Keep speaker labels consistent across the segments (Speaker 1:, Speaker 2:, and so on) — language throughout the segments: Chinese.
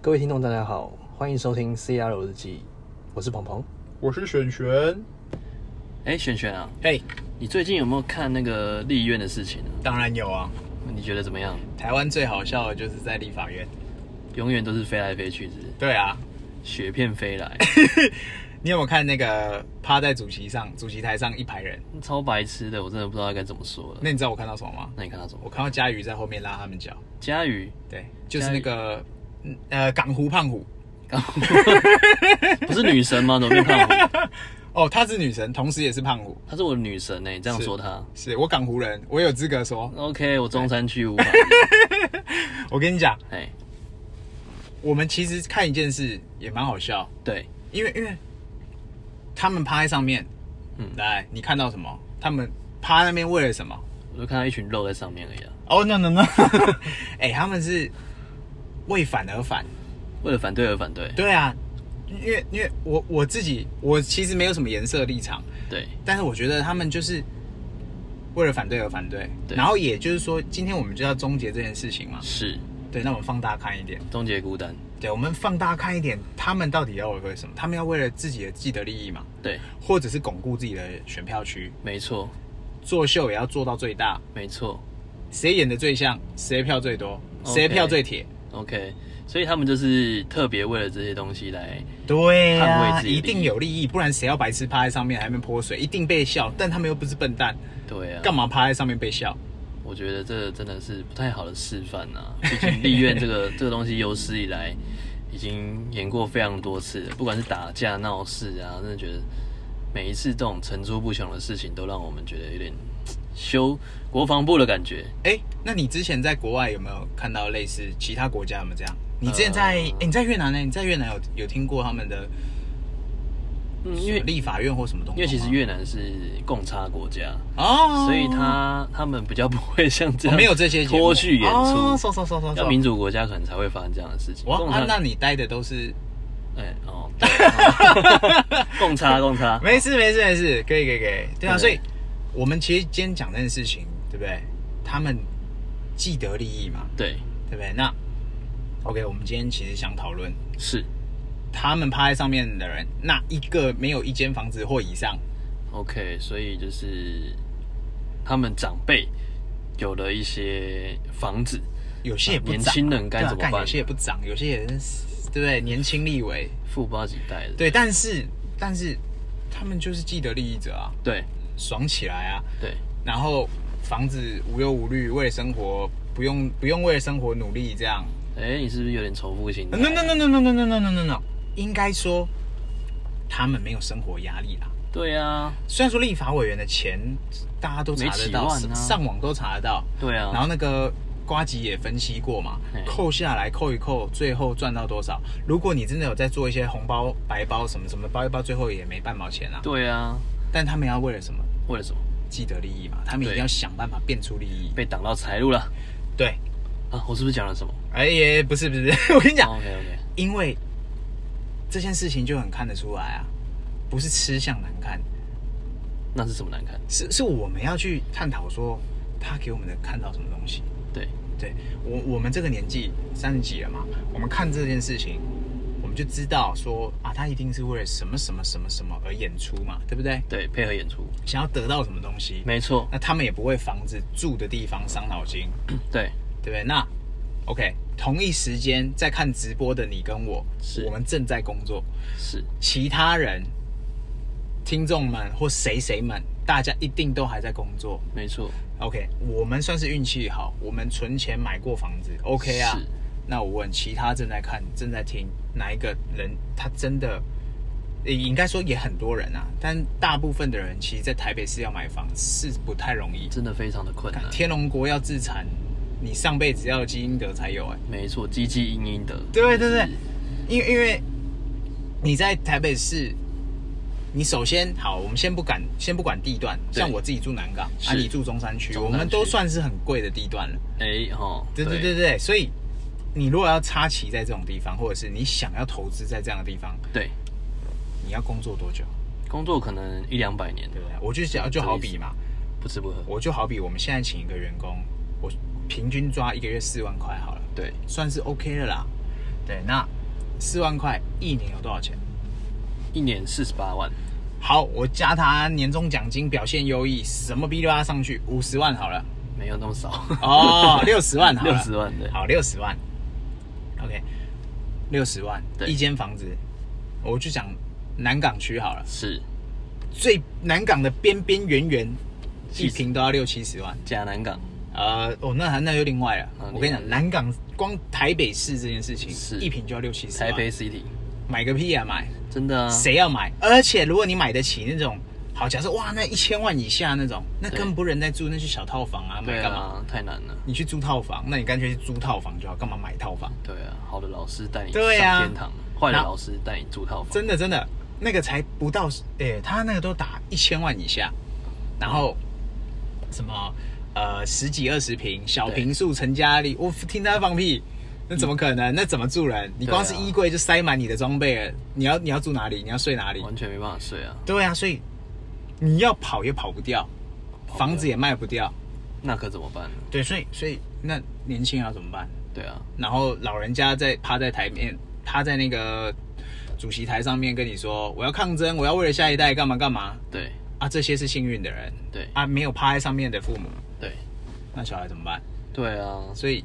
Speaker 1: 各位听众，大家好，欢迎收听 CR 日记，我是鹏鹏。
Speaker 2: 我是璇璇。
Speaker 3: 哎，璇璇啊，
Speaker 2: 哎、
Speaker 3: 你最近有没有看那个立院的事情啊？
Speaker 2: 当然有啊！
Speaker 3: 你觉得怎么样？
Speaker 2: 台湾最好笑的就是在立法院。
Speaker 3: 永远都是飞来飞去，是不是
Speaker 2: 对啊，
Speaker 3: 雪片飞来，
Speaker 2: 你有没有看那个趴在主席上、主席台上一排人？
Speaker 3: 超白痴的，我真的不知道该怎么说了。
Speaker 2: 那你知道我看到什么吗？
Speaker 3: 那你看到什么
Speaker 2: 我？看到佳宇在后面拉他们脚，
Speaker 3: 佳宇，
Speaker 2: 对，就是那个嗯呃港湖胖虎。
Speaker 3: 不是女神吗？怎么变胖虎？
Speaker 2: 哦，她是女神，同时也是胖虎。
Speaker 3: 她是我的女神哎呢、你这样说她
Speaker 2: 是我港湖人，我有资格说。
Speaker 3: ？OK，我中山区无法。
Speaker 2: 我跟你讲，
Speaker 3: 哎，
Speaker 2: 我们其实看一件事也蛮好笑，
Speaker 3: 对，
Speaker 2: 因为因为他们趴在上面，嗯
Speaker 3: 嗯，
Speaker 2: 来，你看到什么？他们趴那边为了什么？
Speaker 3: 我就看到一群肉在上面而已、啊。
Speaker 2: 哦、no no no，哎、他们是为反而反。
Speaker 3: 为了反对而反对，
Speaker 2: 对啊，因为因为我我自己我其实没有什么颜色立场，
Speaker 3: 对，
Speaker 2: 但是我觉得他们就是为了反对而反对。
Speaker 3: 对
Speaker 2: 然后也就是说，今天我们就要终结这件事情嘛。
Speaker 3: 是
Speaker 2: 对，那我们放大看一点，
Speaker 3: 终结孤单，
Speaker 2: 对，我们放大看一点，他们到底要为什么？他们要为了自己的既得利益嘛，
Speaker 3: 对，
Speaker 2: 或者是巩固自己的选票区，
Speaker 3: 没错，
Speaker 2: 作秀也要做到最大，
Speaker 3: 没错
Speaker 2: 谁演的最像，谁票最多，谁
Speaker 3: OK
Speaker 2: 票最铁。
Speaker 3: ，OK。所以他们就是特别为了这些东西来，
Speaker 2: 对
Speaker 3: 捍
Speaker 2: 啊，
Speaker 3: 卫自己的利益
Speaker 2: 一定有利益，不然谁要白痴趴在上面还没泼水，一定被笑。但他们又不是笨蛋，
Speaker 3: 对啊，
Speaker 2: 干嘛趴在上面被笑？
Speaker 3: 我觉得这真的是不太好的示范啊！毕竟立院这 个这个东西有史以来已经演过非常多次了，不管是打架闹事啊，真的觉得每一次这种层出不穷的事情，都让我们觉得有点羞国防部的感觉。
Speaker 2: 哎、那你之前在国外有没有看到类似其他国家有没有这样？你之前在哎、
Speaker 3: 呃
Speaker 2: 诶你在越南呢？你在越南有有听过他们的
Speaker 3: 嗯，因
Speaker 2: 因为
Speaker 3: 为
Speaker 2: 立法院或什么东
Speaker 3: 因
Speaker 2: 西？
Speaker 3: 为其实越南是共差国家，
Speaker 2: 哦，
Speaker 3: 所以他他们比较不会像这
Speaker 2: 哦
Speaker 3: 样
Speaker 2: 没有这些节目
Speaker 3: 脱序演
Speaker 2: 哦，
Speaker 3: 出，
Speaker 2: 说说说说
Speaker 3: 要
Speaker 2: 说。
Speaker 3: 民主国家可能才会发生这样的事情。
Speaker 2: 哇
Speaker 3: 共
Speaker 2: 啊
Speaker 3: 产，
Speaker 2: 那你待的 都是
Speaker 3: 哎哦， 对哦 共差共差，
Speaker 2: 没事没事没事，可以可以可以，对
Speaker 3: 对
Speaker 2: 啊，所以我们其实今天讲这件事情，对不对？他们既得利益嘛，
Speaker 3: 对
Speaker 2: 对不对？那 OK，我们今天其实想讨论
Speaker 3: 是。
Speaker 2: 他们趴在上面的人，那一个没有一间房子或以上，
Speaker 3: OK，所以就是他们长辈有了一些房子，
Speaker 2: 有些也不涨、
Speaker 3: 年轻人该
Speaker 2: 对啊
Speaker 3: 怎么
Speaker 2: 干
Speaker 3: 办
Speaker 2: 有些也不涨，有些人对不对？年轻立委，
Speaker 3: 富不知道几代的。
Speaker 2: 对，但是但是他们就是既得利益者啊，
Speaker 3: 对
Speaker 2: 爽起来啊，
Speaker 3: 对
Speaker 2: 然后房子无忧无虑，为了生活不用不用为了生活努力这样。
Speaker 3: 哎、你是不是有点仇富心态
Speaker 2: No no no no no no no no no no no，应该说他们没有生活压力啦。
Speaker 3: 对啊，
Speaker 2: 虽然说立法委员的钱大家都查得到，
Speaker 3: 没几万啊
Speaker 2: 上网都查得到，
Speaker 3: 对啊。
Speaker 2: 然后那个瓜吉也分析过嘛
Speaker 3: 嘿，
Speaker 2: 扣下来扣一扣，最后赚到多少？如果你真的有在做一些红包、白包什么什么包一包，最后也没半毛钱啊。
Speaker 3: 对啊，
Speaker 2: 但他们要为了什么？
Speaker 3: 为了什么
Speaker 2: 既得利益嘛，他们一定
Speaker 3: 对
Speaker 2: 要想办法变出利益。
Speaker 3: 被挡到财路了
Speaker 2: 对，
Speaker 3: 啊？我是不是讲了什么哦
Speaker 2: 哎也不是不是， 我跟你讲，
Speaker 3: ？OK OK，
Speaker 2: 因为这件事情就很看得出来啊，不是吃相难看，
Speaker 3: 那是什么难看？
Speaker 2: 是是我们要去探讨说他给我们的看到什么东西。
Speaker 3: 对，
Speaker 2: 对我我们这个年纪三十几了嘛，我们看这件事情，我们就知道说啊，他一定是为了什么什么什么什么而演出嘛，对不对？
Speaker 3: 对，配合演出，
Speaker 2: 想要得到什么东西，
Speaker 3: 没错，
Speaker 2: 那他们也不为房子住的地方伤脑筋，
Speaker 3: 对，
Speaker 2: 对不对？那 OK，同一时间在看直播的你跟我，
Speaker 3: 是
Speaker 2: 我们正在工作，
Speaker 3: 是
Speaker 2: 其他人、听众们或谁谁们，大家一定都还在工作。
Speaker 3: 没错
Speaker 2: OK，我们算是运气好，我们存钱买过房子，OK 啊
Speaker 3: 是。
Speaker 2: 那我问其他正在看、正在听哪一个人，他真的，也应该说也很多人啊，但大部分的人其实，在台北市要买房是不太容易。
Speaker 3: 真的啊非常的困
Speaker 2: 干
Speaker 3: 难。
Speaker 2: 天龙国要自产，你上辈子要有基因德才有哎、
Speaker 3: 没错，积积阴阴的。
Speaker 2: 对对
Speaker 3: 嗯就是
Speaker 2: 对，因为因为你在台北市，你首先好，我们先不管先不管地段，
Speaker 3: 对
Speaker 2: 像我自己住南港，啊，
Speaker 3: 是
Speaker 2: 你住中山区，
Speaker 3: 中
Speaker 2: 我
Speaker 3: 山
Speaker 2: 们都
Speaker 3: 区
Speaker 2: 算是很贵的地段了。
Speaker 3: 哎哈，
Speaker 2: 对对对对，所以你如果要插旗在这种地方，或者是你想要投资在这样的地方，
Speaker 3: 对，
Speaker 2: 你要工作多久？
Speaker 3: 工作可能一两百年，
Speaker 2: 对不对？我就想就好比嘛，
Speaker 3: 不吃不喝。
Speaker 2: 我就好比我们现在请一个员工，我平均抓一个月四万块好了，
Speaker 3: 对，
Speaker 2: 算是 OK 的啦。对，那四万块一年有多少钱？
Speaker 3: 一年四十八万，
Speaker 2: 好，我加他年终奖金表现优异，什么逼都拉上去，五十万好了。
Speaker 3: 没有那么少。
Speaker 2: 哦，六十万好了，
Speaker 3: 60万对
Speaker 2: 好，六十万，OK，六十万
Speaker 3: 对
Speaker 2: 一间房子，我就讲南港区好了，
Speaker 3: 是
Speaker 2: 最南港的边边缘缘，
Speaker 3: 七
Speaker 2: 一
Speaker 3: 十
Speaker 2: 平都要六七十万。
Speaker 3: 甲南港，
Speaker 2: 呃，哦，那那就另外了。
Speaker 3: 啊
Speaker 2: 我跟
Speaker 3: 另
Speaker 2: 你讲，
Speaker 3: 外
Speaker 2: 南港光台北市这件事情，
Speaker 3: 是
Speaker 2: 一平就要六七十万，
Speaker 3: 台北 City，
Speaker 2: 买个屁啊买！
Speaker 3: 真的啊，
Speaker 2: 谁要买？而且如果你买得起那种，好，假设哇，那一千万以下那种，那
Speaker 3: 对
Speaker 2: 根本不人在住，那是小套房啊，买
Speaker 3: 对
Speaker 2: 干嘛？
Speaker 3: 啊，太难了。
Speaker 2: 你去租套房，那你干脆去租套房就好，干嘛买套房？
Speaker 3: 对啊，好的老师带你上
Speaker 2: 对啊
Speaker 3: 天堂，坏的
Speaker 2: 那
Speaker 3: 老师带你住套房，
Speaker 2: 真的真的，那个才不到，诶、他那个都打一千万以下，然后什么呃十几二十平小平数成家里，我听他放屁。那怎么可能？那怎么住人？你光是
Speaker 3: 对啊
Speaker 2: 衣柜就塞满你的装备了。你要你要住哪里？你要睡哪里？
Speaker 3: 完全没办法睡啊。
Speaker 2: 对啊，所以你要跑也跑不掉，
Speaker 3: 掉
Speaker 2: 房子也卖不掉。
Speaker 3: 那可怎么办呢？
Speaker 2: 对，所以所以那年轻人要怎么办？
Speaker 3: 对啊，
Speaker 2: 然后老人家在趴在台面，趴在那个主席台上面跟你说：“我要抗争，我要为了下一代干嘛干嘛
Speaker 3: 对
Speaker 2: 啊！”这些是幸运的人
Speaker 3: 对
Speaker 2: 啊，没有趴在上面的父母，
Speaker 3: 对
Speaker 2: 那小孩怎么办？
Speaker 3: 对啊，
Speaker 2: 所以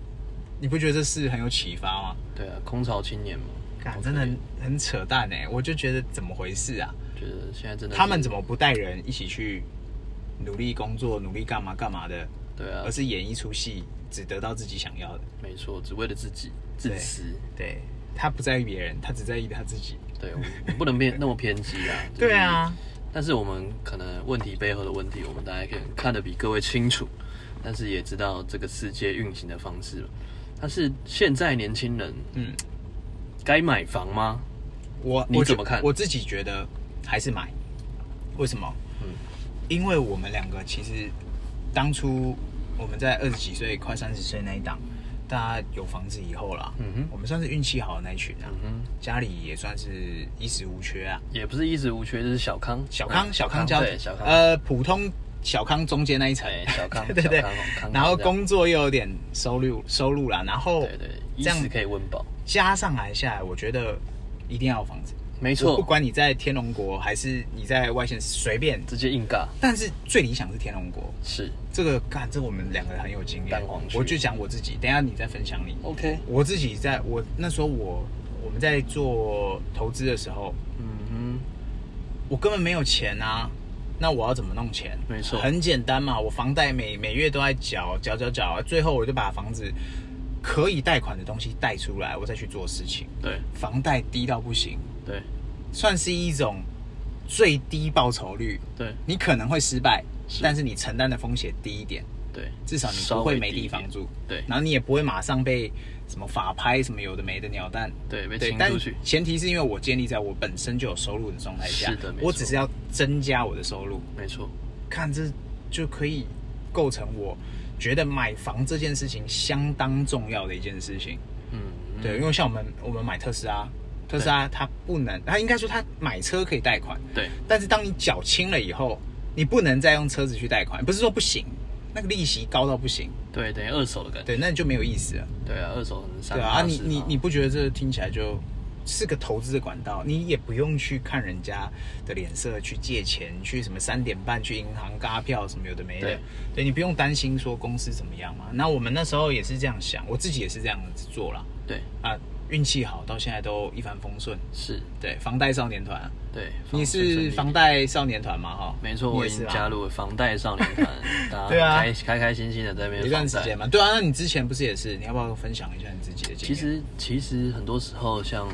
Speaker 2: 你不觉得这事很有启发吗？
Speaker 3: 对啊，空巢青年嘛，
Speaker 2: 感
Speaker 3: 好
Speaker 2: 真的
Speaker 3: 可怜
Speaker 2: 很很扯淡哎、我就觉得怎么回事啊？
Speaker 3: 觉得现在真的
Speaker 2: 他们怎
Speaker 3: 么
Speaker 2: 么不带人一起去努力工作、努力干嘛干嘛的，
Speaker 3: 对啊
Speaker 2: 而，是演一出戏，只得到自己想要的？
Speaker 3: 没错，只为了自己自
Speaker 2: 对
Speaker 3: 私。
Speaker 2: 对他不在意别人，他只在意他自己。
Speaker 3: 对，我们我们不能 变那么偏激啊。就是
Speaker 2: 对啊，
Speaker 3: 但是我们可能问题背后的问题，我们大家可以看得比各位清楚，但是也知道这个世界运行的方式嘛。但是现在年轻人
Speaker 2: 嗯。
Speaker 3: 该买房吗？
Speaker 2: 我
Speaker 3: 你
Speaker 2: 我
Speaker 3: 怎
Speaker 2: 觉
Speaker 3: 么看
Speaker 2: 我自己觉得还是买，为什么？
Speaker 3: 嗯
Speaker 2: 因为我们两个其实当初我们在二十几岁、快三十岁那一档，大家有房子以后啦，
Speaker 3: 嗯哼
Speaker 2: 我们算是运气好的那一群啊，
Speaker 3: 嗯，
Speaker 2: 家里也算是衣食无缺啊。
Speaker 3: 也不是衣食无缺，就是小康，
Speaker 2: 小康，
Speaker 3: 嗯
Speaker 2: 小康家
Speaker 3: 对小康，
Speaker 2: 呃，普通小康中间那一层
Speaker 3: 哎，小康
Speaker 2: 对对
Speaker 3: 小康康康
Speaker 2: 然后
Speaker 3: 这样
Speaker 2: 工作又有点收入收入啦，然后
Speaker 3: 对对，衣
Speaker 2: 这样
Speaker 3: 食可以温饱，
Speaker 2: 加上来下来，我觉得一定要有房子，
Speaker 3: 没
Speaker 2: 我
Speaker 3: 错
Speaker 2: 不，管你在天龙国还是你在外县市，随便。
Speaker 3: 直接硬尬
Speaker 2: 但是最理想是天龙国，
Speaker 3: 是
Speaker 2: 这个干，这我们两个很有经验
Speaker 3: 蛋黄。区
Speaker 2: 我就讲我自己，等一下你再分享你。
Speaker 3: OK，
Speaker 2: 我自己在我那时候我我们在做投资的时候，
Speaker 3: 嗯
Speaker 2: 我根本没有钱啊，那我要怎么弄钱？
Speaker 3: 没错
Speaker 2: 很简单嘛，我房贷每每月都在缴，缴缴缴，最后我就把房子可以贷款的东西贷出来，我再去做事情。
Speaker 3: 哼，对
Speaker 2: 房贷低到不行，
Speaker 3: 对
Speaker 2: 算是一种最低报酬率。
Speaker 3: 对
Speaker 2: 你可能会失败，
Speaker 3: 是
Speaker 2: 但是你承担的风险低一点，
Speaker 3: 对，
Speaker 2: 至少你
Speaker 3: 稍
Speaker 2: 不会
Speaker 3: 微
Speaker 2: 没
Speaker 3: 低一
Speaker 2: 地方
Speaker 3: 点，
Speaker 2: 住，
Speaker 3: 对
Speaker 2: 然后你也不会马上被什么法拍什么有的没的鸟蛋。
Speaker 3: 对，被
Speaker 2: 对
Speaker 3: 清，
Speaker 2: 但
Speaker 3: 出去，
Speaker 2: 前提是因为我建立在我本身就有收入的状态下，
Speaker 3: 是的没错
Speaker 2: 我只是要增加我的收入，
Speaker 3: 没错，
Speaker 2: 看这就可以构成我觉得买房这件事情相当重要的一件事情。
Speaker 3: 嗯，嗯
Speaker 2: 对，因为像我们我们买特斯拉，特斯拉它不能，它应该说它买车可以贷款，
Speaker 3: 对
Speaker 2: 但是当你缴清了以后，你不能再用车子去贷款，不是说不行，那个利息高到不行，
Speaker 3: 对，等于二手的感觉，
Speaker 2: 对，那就没有意思了，
Speaker 3: 对啊，二手可能三
Speaker 2: 对啊，啊
Speaker 3: 趴
Speaker 2: 你
Speaker 3: 四
Speaker 2: 你
Speaker 3: 趴
Speaker 2: 你不觉得这听起来就是个投资的管道？你也不用去看人家的脸色去借钱，去什么三点半去银行嘎票什么有的没的，
Speaker 3: 对
Speaker 2: 对你不用担心说公司怎么样嘛。那我们那时候也是这样想，我自己也是这样子做啦。
Speaker 3: 对
Speaker 2: 啊，运气好，到现在都一帆风顺。
Speaker 3: 是，
Speaker 2: 对，房贷少年团啊，
Speaker 3: 对，房顺
Speaker 2: 你
Speaker 3: 顺利
Speaker 2: 是
Speaker 3: 利
Speaker 2: 房。贷少年团嘛？哈，
Speaker 3: 没错，
Speaker 2: 你
Speaker 3: 我
Speaker 2: 也
Speaker 3: 已
Speaker 2: 是
Speaker 3: 经
Speaker 2: 啊吧
Speaker 3: 加入了房贷少年 团，大
Speaker 2: 对
Speaker 3: 家
Speaker 2: 啊
Speaker 3: 开开开心心的在那边
Speaker 2: 一段
Speaker 3: 房
Speaker 2: 时
Speaker 3: 贷
Speaker 2: 间嘛，对啊，那你之前不是也是？你要不要分享一下你自己的经
Speaker 3: 其
Speaker 2: 验？
Speaker 3: 实其实很多时候像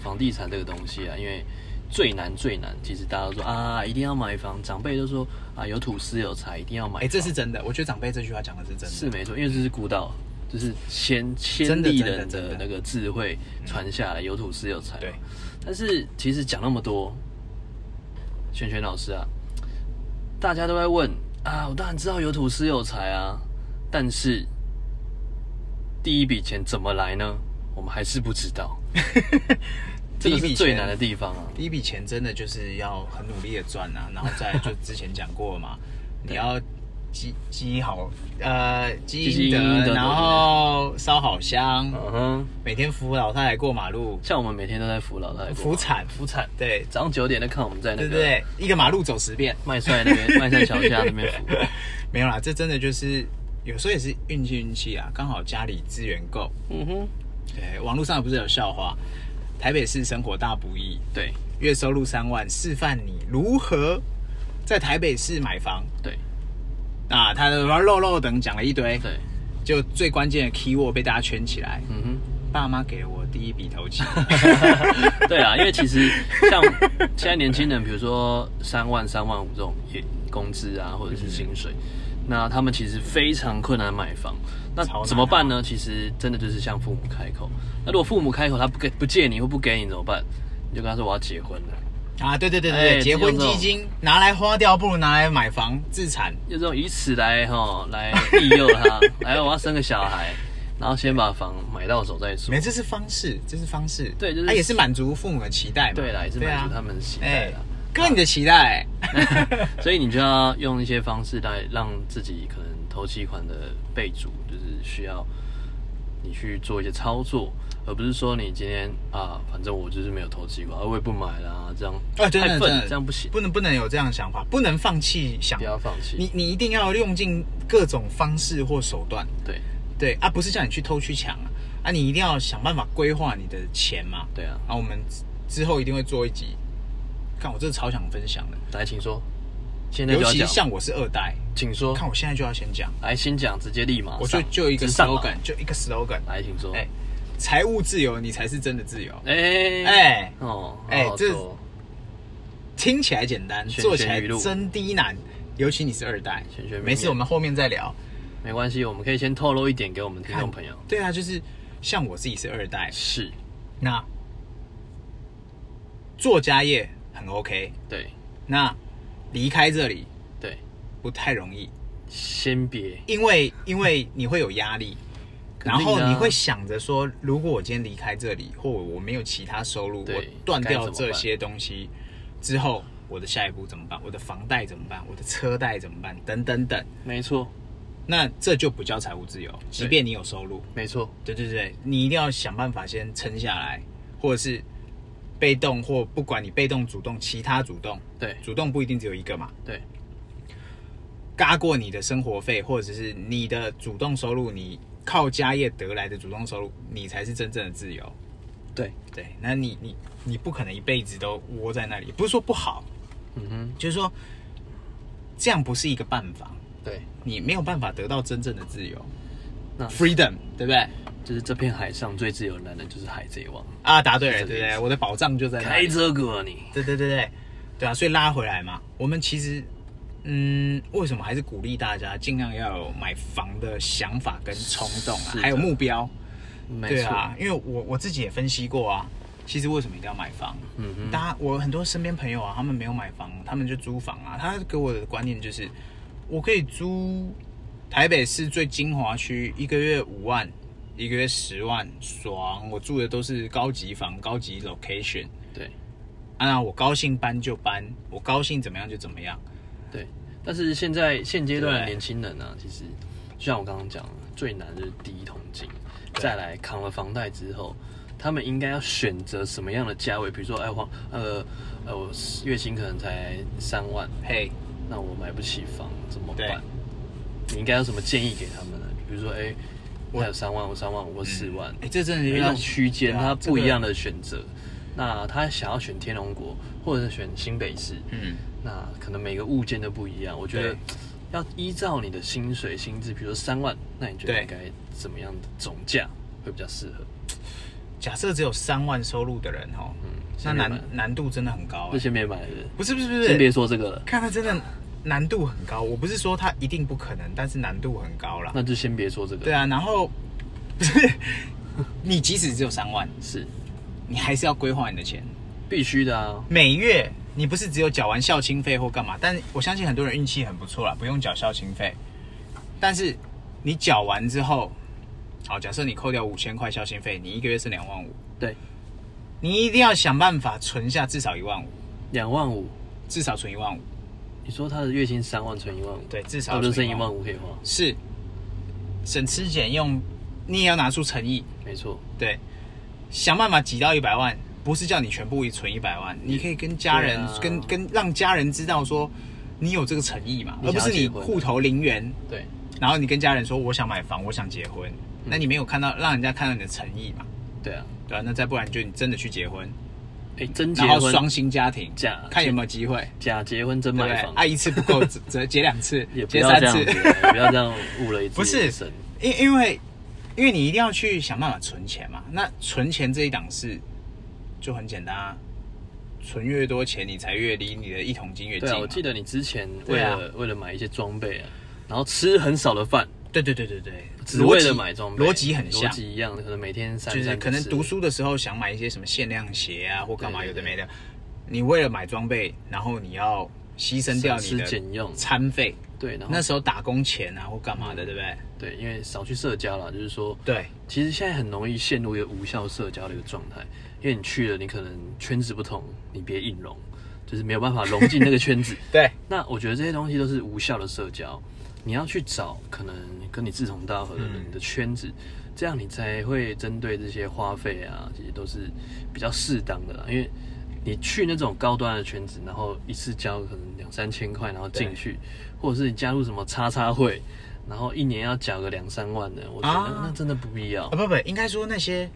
Speaker 3: 房地产这个东西啊，因为最难最难，其实大家都说啊，一定要买房，长辈都说啊，有土司有财，一定要买房。
Speaker 2: 哎、这是真的，我觉得长辈这句话讲的是真的。
Speaker 3: 是没错，因为这是古道，就是先先
Speaker 2: 真的
Speaker 3: 历
Speaker 2: 真的
Speaker 3: 人
Speaker 2: 真
Speaker 3: 的
Speaker 2: 的
Speaker 3: 那个智慧传下来，有土司有财嘛。
Speaker 2: 对
Speaker 3: 但是其实讲那么多，璇璇老师啊，大家都在问啊，我当然知道有土司有财啊，但是第一笔钱怎么来呢？我们还是不知 道，这个
Speaker 2: 第一
Speaker 3: 是
Speaker 2: 笔
Speaker 3: 最
Speaker 2: 钱
Speaker 3: 难的地方啊。
Speaker 2: 第一笔 钱真的就是要很努力的赚啊，然后再就之前讲过嘛，你要鸡鸡好，呃，鸡
Speaker 3: 鸡
Speaker 2: 英
Speaker 3: 英德
Speaker 2: 德，
Speaker 3: 对
Speaker 2: 然后烧好香，
Speaker 3: 嗯哼，
Speaker 2: 每天扶老太太过马路，
Speaker 3: 像我们每天都在扶老太太过马路，
Speaker 2: 扶产
Speaker 3: 扶产，
Speaker 2: 对
Speaker 3: 早上九点在看我们在那
Speaker 2: 对
Speaker 3: 个
Speaker 2: 不对？一个马路走十遍，
Speaker 3: 麦帅那边麦帅桥下那边扶，
Speaker 2: 没有啦，这真的就是有时候也是运气运气啊，刚好家里资源够。
Speaker 3: 嗯哼，
Speaker 2: 对，网络上不是有笑话，台北市生活大不易，
Speaker 3: 对
Speaker 2: 月收入三万，示范你如何在台北市买房。
Speaker 3: 对
Speaker 2: 啊，他的肉肉等讲了一堆，
Speaker 3: 对，
Speaker 2: 就最关键的 key word 被大家圈起来。
Speaker 3: 嗯哼。
Speaker 2: 爸妈给了我第一笔 投钱，
Speaker 3: 对啊，因为其实像现在年轻人，比如说三万、三万五这种也工资啊，或者是薪水，那他们其实非常困难买房。那
Speaker 2: 超难啊
Speaker 3: 怎么办呢？其实真的就是向父母开口。那如果父母开口，他不给、不借你或不给你怎么办？你就跟他说我要结婚了。
Speaker 2: 啊，对对对对，
Speaker 3: 哎
Speaker 2: 对，结婚基金拿来花掉，不如拿来买房自产。
Speaker 3: 就这种以此来哈来利诱 他，来我要生个小孩，然后先把房买到手再说
Speaker 2: 没，。这是方式，这是方式。
Speaker 3: 对就是
Speaker 2: 他也是满足父母的期待嘛。
Speaker 3: 对啦，也是满足他
Speaker 2: 们。
Speaker 3: 们的期待
Speaker 2: 哎
Speaker 3: 啦。，
Speaker 2: 哥，你的期待、
Speaker 3: 所以你就要用一些方式来让自己可能投期款的备注，就是需要你去做一些操作，而不是说你今天啊，反正我就是没有投期款，啊我也不买啦，这样
Speaker 2: 啊，真
Speaker 3: 太
Speaker 2: 的真
Speaker 3: 笨，
Speaker 2: 的
Speaker 3: 这样不行，
Speaker 2: 不能不能有这样的想法，不能放弃想
Speaker 3: 不，要放弃。
Speaker 2: 你你一定要用尽各种方式或手段，
Speaker 3: 对
Speaker 2: 对啊，不是叫你去偷去抢啊，啊，你一定要想办法规划你的钱嘛，
Speaker 3: 对啊，
Speaker 2: 啊，我们之之后一定会做一集，看我真的超想分享的，
Speaker 3: 来，请说，现在就
Speaker 2: 尤
Speaker 3: 要
Speaker 2: 其
Speaker 3: 讲，
Speaker 2: 像我是二代，
Speaker 3: 请说，
Speaker 2: 看我现在就要先讲，
Speaker 3: 来先讲，直接立哦马上，
Speaker 2: 我就就一个
Speaker 3: 直上啊哦马
Speaker 2: slogan，就一个 slogan，
Speaker 3: 来，请说，
Speaker 2: 哎，财务自由你才是真的自由，
Speaker 3: 哎
Speaker 2: 哎
Speaker 3: 哦，
Speaker 2: 哎
Speaker 3: 好好
Speaker 2: 这
Speaker 3: 说
Speaker 2: 听起来简单，
Speaker 3: 玄
Speaker 2: 做起来
Speaker 3: 玄语录
Speaker 2: 真低难，尤其你是二代
Speaker 3: 玄玄，
Speaker 2: 没
Speaker 3: 明
Speaker 2: 事，
Speaker 3: 明
Speaker 2: 我们后面再聊。
Speaker 3: 没关系，我们可以先透露一点给我们听众朋友，
Speaker 2: 对啊，就是像我自己是二代，
Speaker 3: 是
Speaker 2: 那做家业很 OK，
Speaker 3: 对
Speaker 2: 那离开这里
Speaker 3: 对，
Speaker 2: 不太容易，
Speaker 3: 先别。
Speaker 2: 因为因为你会有压力，
Speaker 3: 肯
Speaker 2: 然
Speaker 3: 定的啊
Speaker 2: 后你会想着说，如果我今天离开这里，或我没有其他收入，
Speaker 3: 对
Speaker 2: 我断
Speaker 3: 该
Speaker 2: 掉
Speaker 3: 怎么
Speaker 2: 这
Speaker 3: 办
Speaker 2: 些东西之后，我的下一步怎么办？我的房贷怎么办？我的车贷怎么办？等等等，
Speaker 3: 没错，
Speaker 2: 那这就不叫财务自由，即便你有收入。
Speaker 3: 没错，
Speaker 2: 对对对，你一定要想办法先撑下来，或者是被动或不管你被动、主动，其他主动，
Speaker 3: 对
Speaker 2: 主动不一定只有一个嘛。
Speaker 3: 对，
Speaker 2: 嘎过你的生活费，或者是你的主动收入，你靠家业得来的主动收入，你才是真正的自由。
Speaker 3: 对，
Speaker 2: 对，那你你你不可能一辈子都窝在那里，不是说不好，
Speaker 3: 嗯哼，
Speaker 2: 就是说这样不是一个办法，
Speaker 3: 对，
Speaker 2: 你没有办法得到真正的自由
Speaker 3: 那
Speaker 2: ，freedom，对不对？
Speaker 3: 就是这片海上最自由的男人就是海贼王，
Speaker 2: 啊，答对了，
Speaker 3: 是这个
Speaker 2: 对不
Speaker 3: 意
Speaker 2: 对？啊
Speaker 3: 思
Speaker 2: 我的宝藏就在那
Speaker 3: 开
Speaker 2: 里。
Speaker 3: 这个你，
Speaker 2: 对对对对，对啊，所以拉回来嘛，我们其实，嗯，为什么还是鼓励大家尽量要有买房的想法跟冲动啊
Speaker 3: 是，的
Speaker 2: 还有目标，
Speaker 3: 没
Speaker 2: 对
Speaker 3: 错，
Speaker 2: 啊，因为我我自己也分析过啊，其实为什么一定要买房？
Speaker 3: 嗯哼，
Speaker 2: 大家我很多身边朋友啊，他们没有买房，他们就租房啊，他给我的观念就是，我可以租台北市最精华区，一个月五万。一个月十万，爽！我住的都是高级房、高级 location，
Speaker 3: 对
Speaker 2: 啊，那我高兴搬就搬，我高兴怎么样就怎么样。
Speaker 3: 对，但是现在现阶段的
Speaker 2: 对
Speaker 3: 年轻人啊，其实就像我刚刚讲的，最难就是第一桶金，再来扛了房贷之后。他们应该要选择什么样的价位？比如说，哎，黄，呃，呃，我月薪可能才三万，
Speaker 2: 嘿，
Speaker 3: 那我买不起房怎么
Speaker 2: 对
Speaker 3: 办？你应该有什么建议给他们呢？比如说，哎、我有三万，我三万，我四万，
Speaker 2: 哎、这真的
Speaker 3: 因
Speaker 2: 是
Speaker 3: 为
Speaker 2: 一
Speaker 3: 它
Speaker 2: 种
Speaker 3: 区间，
Speaker 2: 对啊
Speaker 3: 它
Speaker 2: 这
Speaker 3: 不
Speaker 2: 个
Speaker 3: 一样的选择。那他想要选天龙国，或者是选新北市，
Speaker 2: 嗯，
Speaker 3: 那可能每个物件都不一样。我觉得
Speaker 2: 对
Speaker 3: 要依照你的薪水薪资，比如说三万，那你觉得
Speaker 2: 对
Speaker 3: 应该怎么样的总价会比较适合？嗯
Speaker 2: 假设只有三万收入的人哦，那
Speaker 3: 先别买
Speaker 2: 难难度真的很高、
Speaker 3: 就
Speaker 2: 欸。
Speaker 3: 先别买了，
Speaker 2: 不是不是不
Speaker 3: 先别
Speaker 2: 是，
Speaker 3: 说这个了，
Speaker 2: 看他真的难度很高。我不是说他一定不可能，但是难度很高啦。
Speaker 3: 那就先别说这个。
Speaker 2: 对，啊，然后不是你即使只有三万，
Speaker 3: 是
Speaker 2: 你还是要规划你的钱，
Speaker 3: 必须的啊。
Speaker 2: 每月。你不是只有缴完校清费或干嘛？但我相信很多人运气很不错啦，不用缴校清费。但是你缴完之后，好，假设你扣掉五千块校清费，你一个月是两万五，
Speaker 3: 对，
Speaker 2: 你一定要想办法存下至少一万五，
Speaker 3: 两万五
Speaker 2: 至少存一万五，
Speaker 3: 你说他的月薪三万存一万五，
Speaker 2: 对，至
Speaker 3: 那哦
Speaker 2: 少
Speaker 3: 不就剩一
Speaker 2: 存
Speaker 3: 万五可以花？
Speaker 2: 是省吃俭用，你也要拿出诚意，
Speaker 3: 没错，
Speaker 2: 对，想办法挤到一百万，不是叫你全部存一百万，你可以跟家人、
Speaker 3: 对啊
Speaker 2: 跟跟让家人知道说你有这个诚意嘛，
Speaker 3: 你想
Speaker 2: 而不
Speaker 3: 要
Speaker 2: 是你
Speaker 3: 结婚
Speaker 2: 户头零元，
Speaker 3: 对，
Speaker 2: 然后你跟家人说我想买房，我想结婚，
Speaker 3: 嗯
Speaker 2: 那你没有看到让人家看到你的诚意嘛，
Speaker 3: 对啊，
Speaker 2: 对啊，那再不然就你真的去结婚，
Speaker 3: 哎，真结
Speaker 2: 然后
Speaker 3: 婚
Speaker 2: 双薪家庭
Speaker 3: 假，
Speaker 2: 看有没有机会，
Speaker 3: 假结婚真
Speaker 2: 对不对
Speaker 3: 买房？
Speaker 2: 啊，一次不够， 只只结两次
Speaker 3: 也，不
Speaker 2: 结
Speaker 3: 要
Speaker 2: 三
Speaker 3: 这样
Speaker 2: 次
Speaker 3: 子，，不要这样误了一
Speaker 2: 不
Speaker 3: 次
Speaker 2: 是
Speaker 3: 人生。
Speaker 2: 因因为因为你一定要去想办法存钱嘛。那存钱这一档事就很简单啊，存越多钱，你才越离你的一桶金越近
Speaker 3: 对
Speaker 2: 嘛。
Speaker 3: 啊，我记得你之前为
Speaker 2: 对啊
Speaker 3: 了为了买一些装备啊，然后吃很少的饭，
Speaker 2: 对对对对对，
Speaker 3: 只为
Speaker 2: 逻
Speaker 3: 了
Speaker 2: 辑
Speaker 3: 买装备，
Speaker 2: 逻辑很像
Speaker 3: 逻。辑一样，可能每天三
Speaker 2: 就是
Speaker 3: 餐
Speaker 2: 可能
Speaker 3: 吃
Speaker 2: 读书的时候想买一些什么限量鞋啊，或干嘛
Speaker 3: 对
Speaker 2: 有
Speaker 3: 对
Speaker 2: 的
Speaker 3: 对
Speaker 2: 没的，你为了买装备，然后你要牺牲掉你
Speaker 3: 省吃俭
Speaker 2: 的
Speaker 3: 用
Speaker 2: 餐费，
Speaker 3: 对，然后嗯
Speaker 2: 那时候打工钱啊或干嘛的，对不对？
Speaker 3: 对，因为少去社交啦，就是说，
Speaker 2: 对，
Speaker 3: 其实现在很容易陷入一个无效社交的一个状态，因为你去了，你可能圈子不同，你别硬融，就是没有办法融进那个圈子。
Speaker 2: 对，
Speaker 3: 那我觉得这些东西都是无效的社交，你要去找可能跟你志同道合的人的圈子，这样你才会针对这些花费啊，其实都是比较适当的啦。因为你去那种高端的圈子，然后一次交可能两三千块，然后进去，或者是你加入什么叉叉会，然后一年要缴个两三万的，我觉得
Speaker 2: 啊
Speaker 3: 那真的不必要
Speaker 2: 啊，。不不，应该说那些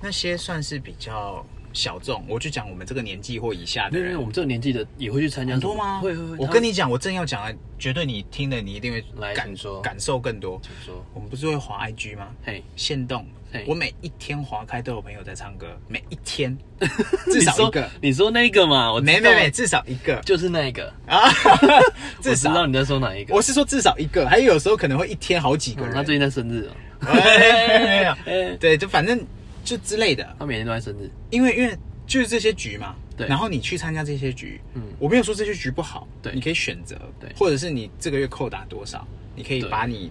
Speaker 2: 那些算是比较小众，我就讲我们这个年纪或以下的
Speaker 3: 因为
Speaker 2: 人
Speaker 3: 啊我，们这个年纪的也会去参加
Speaker 2: 很
Speaker 3: 什么，
Speaker 2: 多吗？
Speaker 3: 会会会。
Speaker 2: 我跟你讲，我正要讲的，绝对你听了你一定
Speaker 3: 来
Speaker 2: 会感
Speaker 3: 请说
Speaker 2: 感受更多。
Speaker 3: 他们就说，
Speaker 2: 我们不是会滑 IG 吗？
Speaker 3: 嘿，
Speaker 2: 限动
Speaker 3: 嘿，
Speaker 2: 我每一天滑开都有朋友在唱歌，每一天 至少一个，
Speaker 3: 你说，你说那个嘛，我知
Speaker 2: 没
Speaker 3: 道
Speaker 2: 没没，至少一个
Speaker 3: 就是那个，
Speaker 2: 啊，
Speaker 3: 我
Speaker 2: 至
Speaker 3: 知道
Speaker 2: 少
Speaker 3: 你在说哪一个。
Speaker 2: 我是说至少一个，还有有时候可能会一天好几个
Speaker 3: 嗯
Speaker 2: 人。
Speaker 3: 他最近在生日哦，
Speaker 2: 哎
Speaker 3: 哎
Speaker 2: 对，就反正就之类的，
Speaker 3: 他每天都在生日，
Speaker 2: 因为因为就是这些局嘛，
Speaker 3: 对
Speaker 2: 然后你去参加这些局，
Speaker 3: 嗯
Speaker 2: 我没有说这些局不好，
Speaker 3: 对
Speaker 2: 你可以选择，
Speaker 3: 对
Speaker 2: 或者是你这个月扣打多少，你可以
Speaker 3: 对
Speaker 2: 把你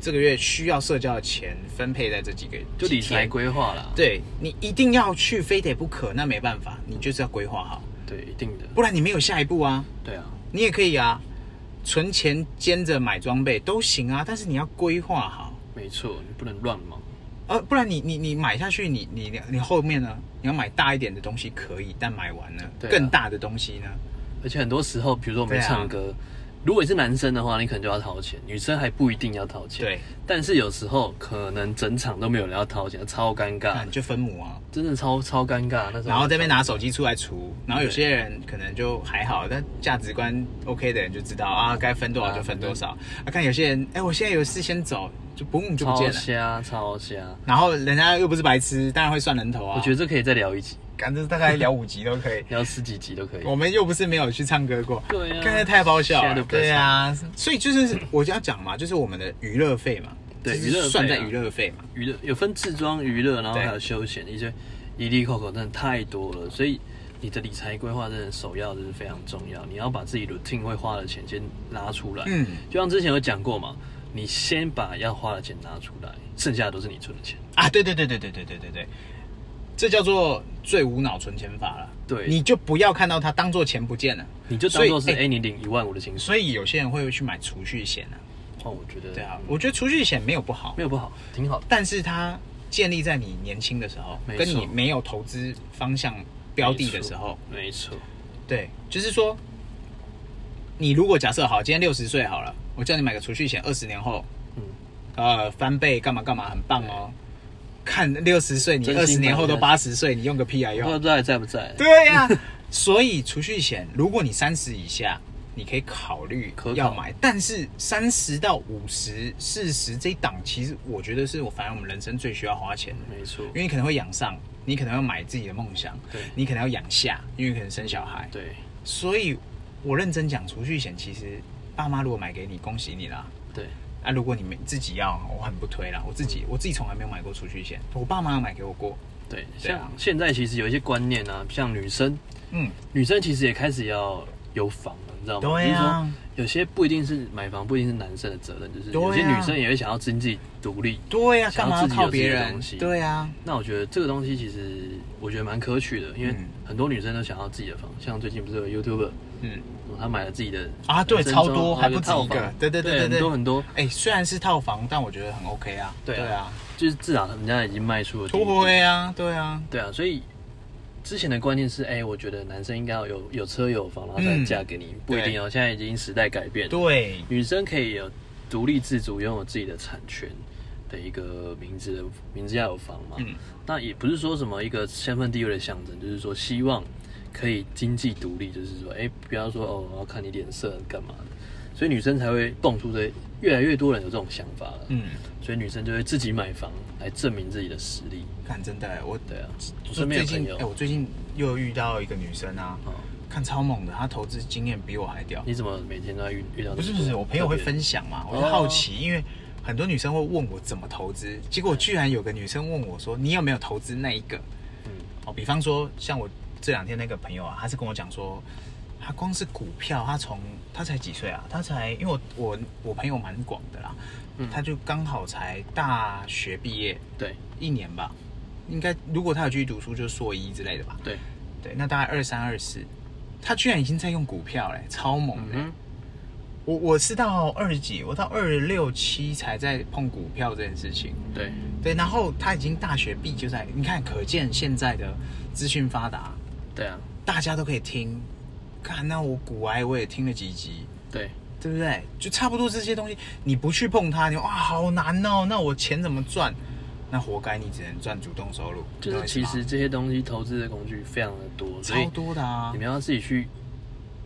Speaker 2: 这个月需要社交的钱分配在这几个
Speaker 3: 就理财，
Speaker 2: 几天
Speaker 3: 规划啦。
Speaker 2: 对你一定要去，非得不可，那没办法，你就是要规划好，
Speaker 3: 对，一定的。
Speaker 2: 不然你没有下一步啊，
Speaker 3: 对啊，
Speaker 2: 你也可以啊，存钱兼着买装备都行啊，但是你要规划好。
Speaker 3: 没错，你不能乱忙。
Speaker 2: 呃，不然你你你买下去，你你你后面呢？你要买大一点的东西可以，但买完了、
Speaker 3: 对啊
Speaker 2: 更大的东西呢？
Speaker 3: 而且很多时候，比如说我们
Speaker 2: 对啊
Speaker 3: 唱歌，如果你是男生的话，你可能就要掏钱，女生还不一定要掏钱。
Speaker 2: 对，
Speaker 3: 但是有时候可能整场都没有人要掏钱，超尴
Speaker 2: 那
Speaker 3: 尬的，
Speaker 2: 你就分母啊，
Speaker 3: 真的超超尴尬。那时候
Speaker 2: 然后这边拿手机出来除，然后有些人可能就还好，但价值观 OK 的人就知道啊，该分多少就分多少。啊，看有些人，哎，我现在有事先走，就嘣就不
Speaker 3: 超
Speaker 2: 见了。
Speaker 3: 瞎超瞎。
Speaker 2: 然后人家又不是白痴，当然会算人头啊。
Speaker 3: 我觉得这可以再聊一集，。
Speaker 2: 感觉大概聊五集都可以
Speaker 3: 聊十几集都可以。
Speaker 2: 我们又不是没有去唱歌过，
Speaker 3: 对啊
Speaker 2: 刚才太爆笑
Speaker 3: 现在
Speaker 2: 了
Speaker 3: 都，不在
Speaker 2: 对啊，所以就是我就要讲嘛，就是我们的娱乐费嘛，
Speaker 3: 对
Speaker 2: 就是
Speaker 3: 娱乐费啊
Speaker 2: 算在娱乐费嘛，
Speaker 3: 娱乐有分自装娱乐，然后
Speaker 2: 对
Speaker 3: 还有休闲，一些一粒扣扣真的太多了，所以你的理财规划真的首要就是非常重要，你要把自己 routine 会花的钱先拉出来。
Speaker 2: 嗯，
Speaker 3: 就像之前有讲过嘛，你先把要花的钱拿出来，剩下的都是你存的钱。
Speaker 2: 啊，对对对对对对对对对，这叫做最无脑存钱法了，
Speaker 3: 对
Speaker 2: 你就不要看到它当做钱不见了，
Speaker 3: 你就当做是
Speaker 2: 所以
Speaker 3: 哎、你领一万五的薪水，
Speaker 2: 所以有些人会去买储蓄险啊，
Speaker 3: 哦，我觉得
Speaker 2: 对啊，我觉得储蓄险没有不好
Speaker 3: 没，有不好，挺好的。
Speaker 2: 但是它建立在你年轻的时候
Speaker 3: 没，错
Speaker 2: 跟你没有投资方向标的的时候，
Speaker 3: 没错，
Speaker 2: 对，就是说，你如果假设好，今天六十岁好了，我叫你买个储蓄险，二十年后，
Speaker 3: 嗯，
Speaker 2: 呃，翻倍干嘛干嘛，很棒哦。看六十岁，你
Speaker 3: 真
Speaker 2: 二
Speaker 3: 心
Speaker 2: 十年后
Speaker 3: 买
Speaker 2: 都
Speaker 3: 的
Speaker 2: 八十岁，你用个屁啊
Speaker 3: 不知道
Speaker 2: 用？
Speaker 3: 在在不在？
Speaker 2: 对呀、 所以储蓄险，如果你三十以下，你可以考虑
Speaker 3: 可考
Speaker 2: 要买，但是三十到五十、四十这一档，其实我觉得是我反正我们人生最需要花钱的。
Speaker 3: 没错，
Speaker 2: 因为你可能会养上，你可能要买自己的梦想
Speaker 3: 对，
Speaker 2: 你可能要养下，因为可能生小孩，
Speaker 3: 对
Speaker 2: 所以我认真讲，储蓄险其实爸妈如果买给你，恭喜你啦。
Speaker 3: 对，
Speaker 2: 啊，如果你们自己要，我很不推啦。我自己我自己从来没有买过储蓄险，我爸妈有买给我过。
Speaker 3: 对，
Speaker 2: 对啊
Speaker 3: 像现在其实有一些观念啊，像女生，
Speaker 2: 嗯，
Speaker 3: 女生其实也开始要有房了，你知道吗？就
Speaker 2: 对啊
Speaker 3: 是说有些不一定是买房，不一定是男生的责任，就是
Speaker 2: 对啊
Speaker 3: 有些女生也会想要经济独立。
Speaker 2: 对呀、
Speaker 3: 想
Speaker 2: 干
Speaker 3: 要
Speaker 2: 嘛要
Speaker 3: 自己有
Speaker 2: 靠别
Speaker 3: 自己的
Speaker 2: 人
Speaker 3: 东西？
Speaker 2: 对啊，
Speaker 3: 那我觉得这个东西其实我觉得蛮可取的，因为
Speaker 2: 嗯
Speaker 3: 很多女生都想要自己的房，像最近不是有 YouTuber，
Speaker 2: 嗯
Speaker 3: 哦他买了自己的
Speaker 2: 啊，对，
Speaker 3: 人生
Speaker 2: 超
Speaker 3: 中
Speaker 2: 多，
Speaker 3: 哦
Speaker 2: 还
Speaker 3: 有
Speaker 2: 不止
Speaker 3: 套
Speaker 2: 一个
Speaker 3: 房，
Speaker 2: 对对
Speaker 3: 对
Speaker 2: 对
Speaker 3: 很多很多，
Speaker 2: 哎，虽然是套房，但我觉得很 OK 啊，
Speaker 3: 对啊
Speaker 2: 对啊，
Speaker 3: 就是至少人家已经迈出了第一
Speaker 2: 突
Speaker 3: 步
Speaker 2: 回啊，对啊，
Speaker 3: 对啊，所以之前的观念是，哎、我觉得男生应该要有有车有房，然后才
Speaker 2: 嗯
Speaker 3: 嫁给你，不一定哦。现在已经时代改变，
Speaker 2: 对，
Speaker 3: 女生可以有独立自主、拥有自己的产权的一个名字的名字要有房嘛。
Speaker 2: 嗯
Speaker 3: 那也不是说什么一个身份地位的象征，就是说希望可以经济独立，就是说，哎、不要说哦，我要看你脸色干嘛的。所以女生才会蹦出这越来越多人有这种想法了，
Speaker 2: 嗯，
Speaker 3: 所以女生就会自己买房来证明自己的实力。
Speaker 2: 看真的，我
Speaker 3: 对啊，我
Speaker 2: 就
Speaker 3: 身边
Speaker 2: 最
Speaker 3: 有朋
Speaker 2: 近
Speaker 3: 友
Speaker 2: 哎，，我最近又遇到一个女生啊，
Speaker 3: 哦
Speaker 2: 看超猛的，她投资经验比我还屌，
Speaker 3: 你怎么每天都在遇遇到？
Speaker 2: 不是不是，我朋友会分，享
Speaker 3: 哦
Speaker 2: 嘛，我就好奇，因为很多女生会问我怎么投资，结果居然有个女生问我说：“你有没有投资那一个
Speaker 3: 嗯，？”
Speaker 2: 哦，比方说像我这两天那个朋友啊，他是跟我讲说，他光是股票，他从他才几岁啊？他才因为我我我朋友蛮广的啦，
Speaker 3: 嗯
Speaker 2: 他就刚好才大学毕业
Speaker 3: 对
Speaker 2: 一年吧，应该如果他有继续读书，就硕一之类的吧。
Speaker 3: 对，
Speaker 2: 对，那大概二三二四，他居然已经在用股票嘞，超猛
Speaker 3: 嗯
Speaker 2: 的欸、
Speaker 3: 哼，
Speaker 2: 我我是到二十几，我到二六七才在碰股票这件事情。
Speaker 3: 对，
Speaker 2: 对，然后他已经大学毕业就在，你看，可见现在的资讯发达，
Speaker 3: 对啊，
Speaker 2: 大家都可以听。看，那我股癌我也听了几集，
Speaker 3: 对，
Speaker 2: 对不对？就差不多这些东西，你不去碰它，你哇好难哦，那我钱怎么赚？那活该你只能赚主动收入，
Speaker 3: 就
Speaker 2: 你懂
Speaker 3: 是
Speaker 2: 我
Speaker 3: 其
Speaker 2: 意思吗
Speaker 3: 实这些东西投资的工具非常的多，所以
Speaker 2: 超多的啊
Speaker 3: 你。们要自己去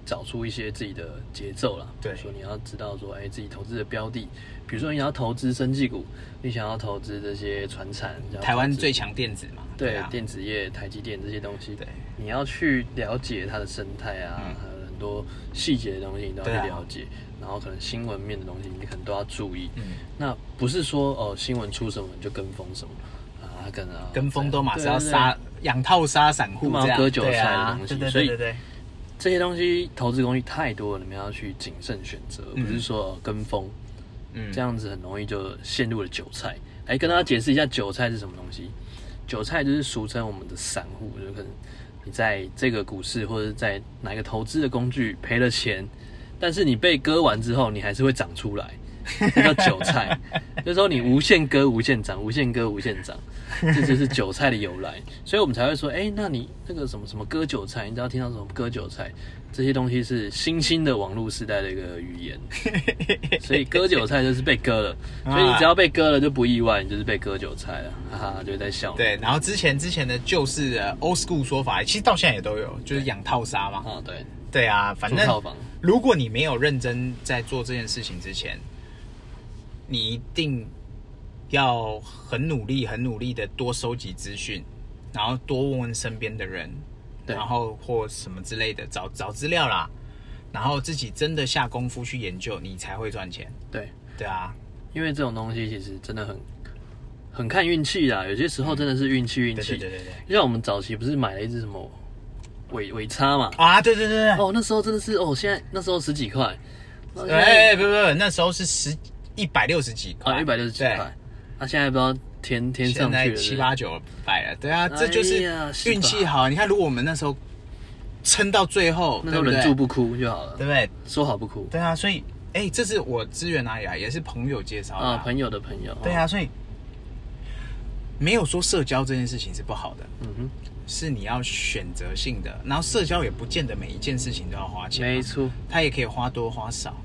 Speaker 3: 找出一些自己的节奏啦。
Speaker 2: 对
Speaker 3: 说你要知道说，哎，自己投资的标的，比如说你要投资生技股，你想要投资这些船产，你想要
Speaker 2: 台湾
Speaker 3: 投资
Speaker 2: 最强电子嘛，
Speaker 3: 对
Speaker 2: 啊，
Speaker 3: 电子业、台积电这些东西，
Speaker 2: 对，
Speaker 3: 你要去了解它的生态啊，
Speaker 2: 嗯
Speaker 3: 还有很多细节的东西你都
Speaker 2: 对
Speaker 3: 要
Speaker 2: 啊
Speaker 3: 去了解，然后可能新闻面的东西你可能都要注意。
Speaker 2: 嗯，
Speaker 3: 那不是说哦新闻出什么你就跟风什么啊，跟啊
Speaker 2: 跟风都马是
Speaker 3: 对啊
Speaker 2: 要
Speaker 3: 对啊
Speaker 2: 杀养套杀散户
Speaker 3: 都马
Speaker 2: 这
Speaker 3: 上
Speaker 2: 样，
Speaker 3: 割韭菜的
Speaker 2: 对啊
Speaker 3: 东西
Speaker 2: 对对
Speaker 3: 所以
Speaker 2: 对对对。
Speaker 3: 这些东西投资工具太多了，你们要去谨慎选择，
Speaker 2: 嗯
Speaker 3: 不是说哦跟风，
Speaker 2: 嗯
Speaker 3: 这样子很容易就陷入了韭菜。来跟大家解释一下韭菜是什么东西。韭菜就是俗称我们的散户，就可能你在这个股市或者在哪一个投资的工具赔了钱，但是你被割完之后，你还是会长出来，这叫韭菜。就是说你无限割、无限涨、无限割、无限涨，这就是韭菜的由来。所以我们才会说，哎、那你那个什么什么割韭菜，你只要听到什么割韭菜，这些东西是新兴的网络时代的一个语言。所以割韭菜就是被割了，所以你只要被割了就不意外，你就是被割韭菜了，哈哈，就会在笑你。
Speaker 2: 对，然后之前之前的旧式的 old school 说法，其实到现在也都有，就是养套杀嘛。
Speaker 3: 啊，对，
Speaker 2: 对啊，反
Speaker 3: 住套
Speaker 2: 正
Speaker 3: 房，
Speaker 2: 如果你没有认真在做这件事情之前，你一定要很努力、很努力的多收集资讯，然后多问问身边的人，
Speaker 3: 对
Speaker 2: 然后或什么之类的，找找资料啦，然后自己真的下功夫去研究，你才会赚钱。
Speaker 3: 对，
Speaker 2: 对啊，
Speaker 3: 因为这种东西其实真的很很看运气啦，有些时候真的是运气运
Speaker 2: 对
Speaker 3: 气。
Speaker 2: 对对对对。
Speaker 3: 就像我们早期不是买了一只什么尾尾叉嘛，
Speaker 2: 啊，对对对对，
Speaker 3: 哦，那时候真的是哦，现在那时候十几块，哦现在
Speaker 2: 哎、不不不，那时候是十一百六十几块，
Speaker 3: 啊一百六十几块，那现在不知道天天
Speaker 2: 对，
Speaker 3: 上
Speaker 2: 现
Speaker 3: 去
Speaker 2: 在
Speaker 3: 了
Speaker 2: 七八九百了。对啊，这就
Speaker 3: 哎呀
Speaker 2: 是
Speaker 3: 是吧
Speaker 2: 运气好。你看，如果我们那时候撑到最后，
Speaker 3: 那时候
Speaker 2: 对
Speaker 3: 忍
Speaker 2: 对
Speaker 3: 住，不哭就好了
Speaker 2: 对，不对？
Speaker 3: 说好不哭
Speaker 2: 对啊，所以哎、这是我资源哪里来？也是朋友介绍的、
Speaker 3: 啊，朋友的朋友，
Speaker 2: 对，啊，所以没有说社交这件事情是不好的，
Speaker 3: 嗯哼。
Speaker 2: 是你要选择性的。然后社交也不见得每一件事情都要花钱，啊
Speaker 3: 没错，
Speaker 2: 它也可以花多花少，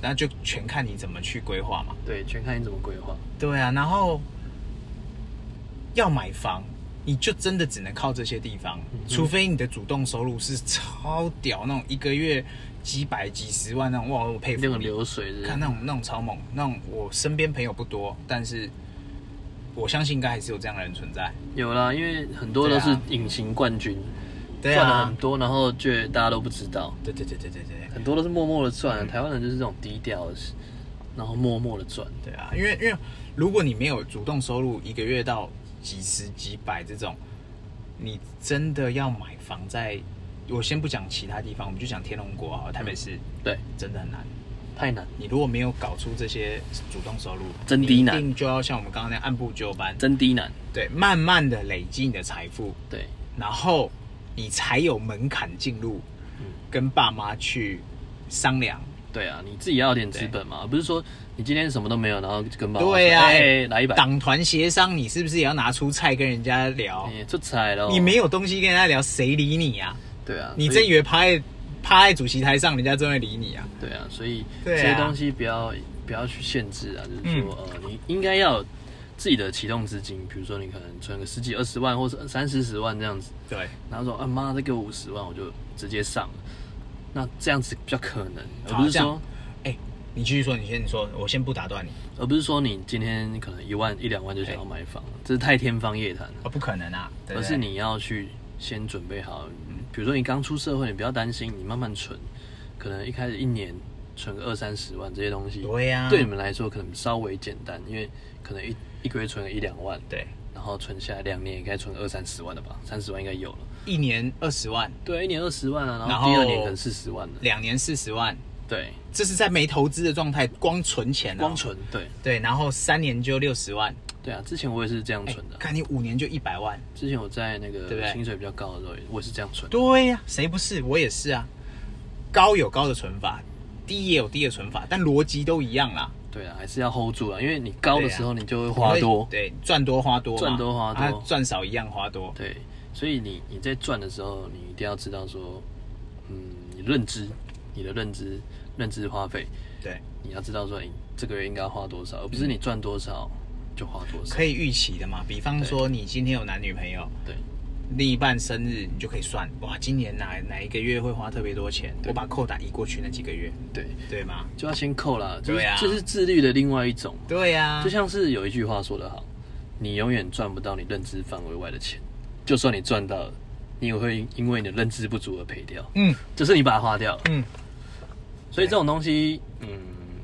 Speaker 2: 然后就全看你怎么去规划嘛。
Speaker 3: 对，全看你怎么规划。
Speaker 2: 对啊，然后要买房，你就真的只能靠这些地方，除非你的主动收入是超屌那种，一个月几百几十万那种，哇，我佩
Speaker 3: 那
Speaker 2: 服
Speaker 3: 种
Speaker 2: 你。
Speaker 3: 流水的，
Speaker 2: 看那种那种超猛，那种我身边朋友不多，但是我相信应该还是有这样的人存在。
Speaker 3: 有啦，因为很多都是
Speaker 2: 对啊
Speaker 3: 隐形冠军，
Speaker 2: 对
Speaker 3: 赚了
Speaker 2: 啊
Speaker 3: 很，多，然后却大家都不知道，
Speaker 2: 对对对对对对
Speaker 3: 很多都是默默的
Speaker 2: 嗯
Speaker 3: 赚。啊台湾人就是这种低调的，然后默默的赚。
Speaker 2: 对啊，因为因为如果你没有主动收入，一个月到几十几百这种，你真的要买房在，我先不讲其他地方，我们就讲天龙国啊，台北市
Speaker 3: 对，
Speaker 2: 真的很难。
Speaker 3: 太难，
Speaker 2: 你如果没有搞出这些主动收入，
Speaker 3: 真
Speaker 2: 你
Speaker 3: 低难
Speaker 2: 一定就要像我们刚刚那样按部就班，
Speaker 3: 真低难。
Speaker 2: 对，慢慢的累积你的财富，
Speaker 3: 对，
Speaker 2: 然后你才有门槛进入
Speaker 3: 嗯
Speaker 2: 跟爸妈去商量。
Speaker 3: 对啊，你自己要有点资本嘛，不是说你今天什么都没有，然后跟爸妈说
Speaker 2: 对呀、啊，
Speaker 3: 哎、来一百，
Speaker 2: 党团协商，你是不是也要拿出菜跟人家聊？
Speaker 3: 你出彩了，
Speaker 2: 你没有东西跟人家聊，谁理你啊？
Speaker 3: 对哦啊，
Speaker 2: 你
Speaker 3: 所
Speaker 2: 真
Speaker 3: 以
Speaker 2: 以为趴在趴在主席台上，人家真会理你啊？
Speaker 3: 对啊，所以
Speaker 2: 对
Speaker 3: 这
Speaker 2: 啊嗯
Speaker 3: 些东西不要不要去限制啊，就是说、呃，你应该要有自己的启动资金，比如说你可能存个十几二十万，或者三四十万这样子，
Speaker 2: 对，
Speaker 3: 然后说啊妈再给我五十万，我就直接上了，那这样子比较可能，而
Speaker 2: 好
Speaker 3: 不是
Speaker 2: 这样
Speaker 3: 说
Speaker 2: 哎、你继续说，你先说，我先不打断你
Speaker 3: 而不是说你今天可能一万一两万就想要买房，这是太天方夜谭了。
Speaker 2: 啊、不可能啊，对不
Speaker 3: 而
Speaker 2: 对嗯
Speaker 3: 是你要去先准备好，比如说你刚出社会，你不要担心，你慢慢存，可能一开始一年存个二三十万这些东西，
Speaker 2: 对呀
Speaker 3: 对你们来说可能稍微简单，因为可能一一个月存个一两万，，
Speaker 2: 对，
Speaker 3: 然后存下来两年应该存二三十万了吧，三十万应该有了，
Speaker 2: 一年二十万，
Speaker 3: 对，一年二十万啊，然
Speaker 2: 然
Speaker 3: 后
Speaker 2: 后
Speaker 3: 第二年可能四十万了，
Speaker 2: 两年四十万，
Speaker 3: 对，
Speaker 2: 这是在没投资的状态，光存钱、啊，
Speaker 3: 光存，对，
Speaker 2: 对，然后三年就六十万，
Speaker 3: 对啊，之前我也是这样
Speaker 2: 哎
Speaker 3: 存的啊，
Speaker 2: 看你五年就一百万，
Speaker 3: 之前我在那个
Speaker 2: 对不对
Speaker 3: 薪水比较高的时候，我也是这样存的，
Speaker 2: 对呀、谁不是？我也是啊，高有高的存法，低也有低的存法，但逻辑都一样啦。
Speaker 3: 对啊，还是要 hold 住啊，因为你高的
Speaker 2: 对啊
Speaker 3: 时候你就会花多，
Speaker 2: 对，赚多花多嘛，
Speaker 3: 赚多花多
Speaker 2: 啊赚、少一样花多。
Speaker 3: 对，所以你你在赚的时候，你一定要知道说，嗯，你认知，你的认知，认知花费，
Speaker 2: 对，
Speaker 3: 你要知道说你哎这个月应该要花多少，而
Speaker 2: 嗯
Speaker 3: 不是你赚多少就花多少。
Speaker 2: 可以预期的嘛。比方说，你今天有男女朋友，
Speaker 3: 对
Speaker 2: 另一半生日，你就可以算，哇，今年哪哪一个月会花特别多钱？我把扣打移过去那几个月，
Speaker 3: 对，
Speaker 2: 对吗？
Speaker 3: 就要先扣啦，就是
Speaker 2: 对啊
Speaker 3: 这是自律的另外一种。
Speaker 2: 对呀、
Speaker 3: 就像是有一句话说得好，你永远赚不到你认知范围外的钱，就算你赚到了，你也会因为你的认知不足而赔掉，
Speaker 2: 嗯
Speaker 3: 就是你把它花掉了。
Speaker 2: 嗯，
Speaker 3: 所以这种东西，嗯，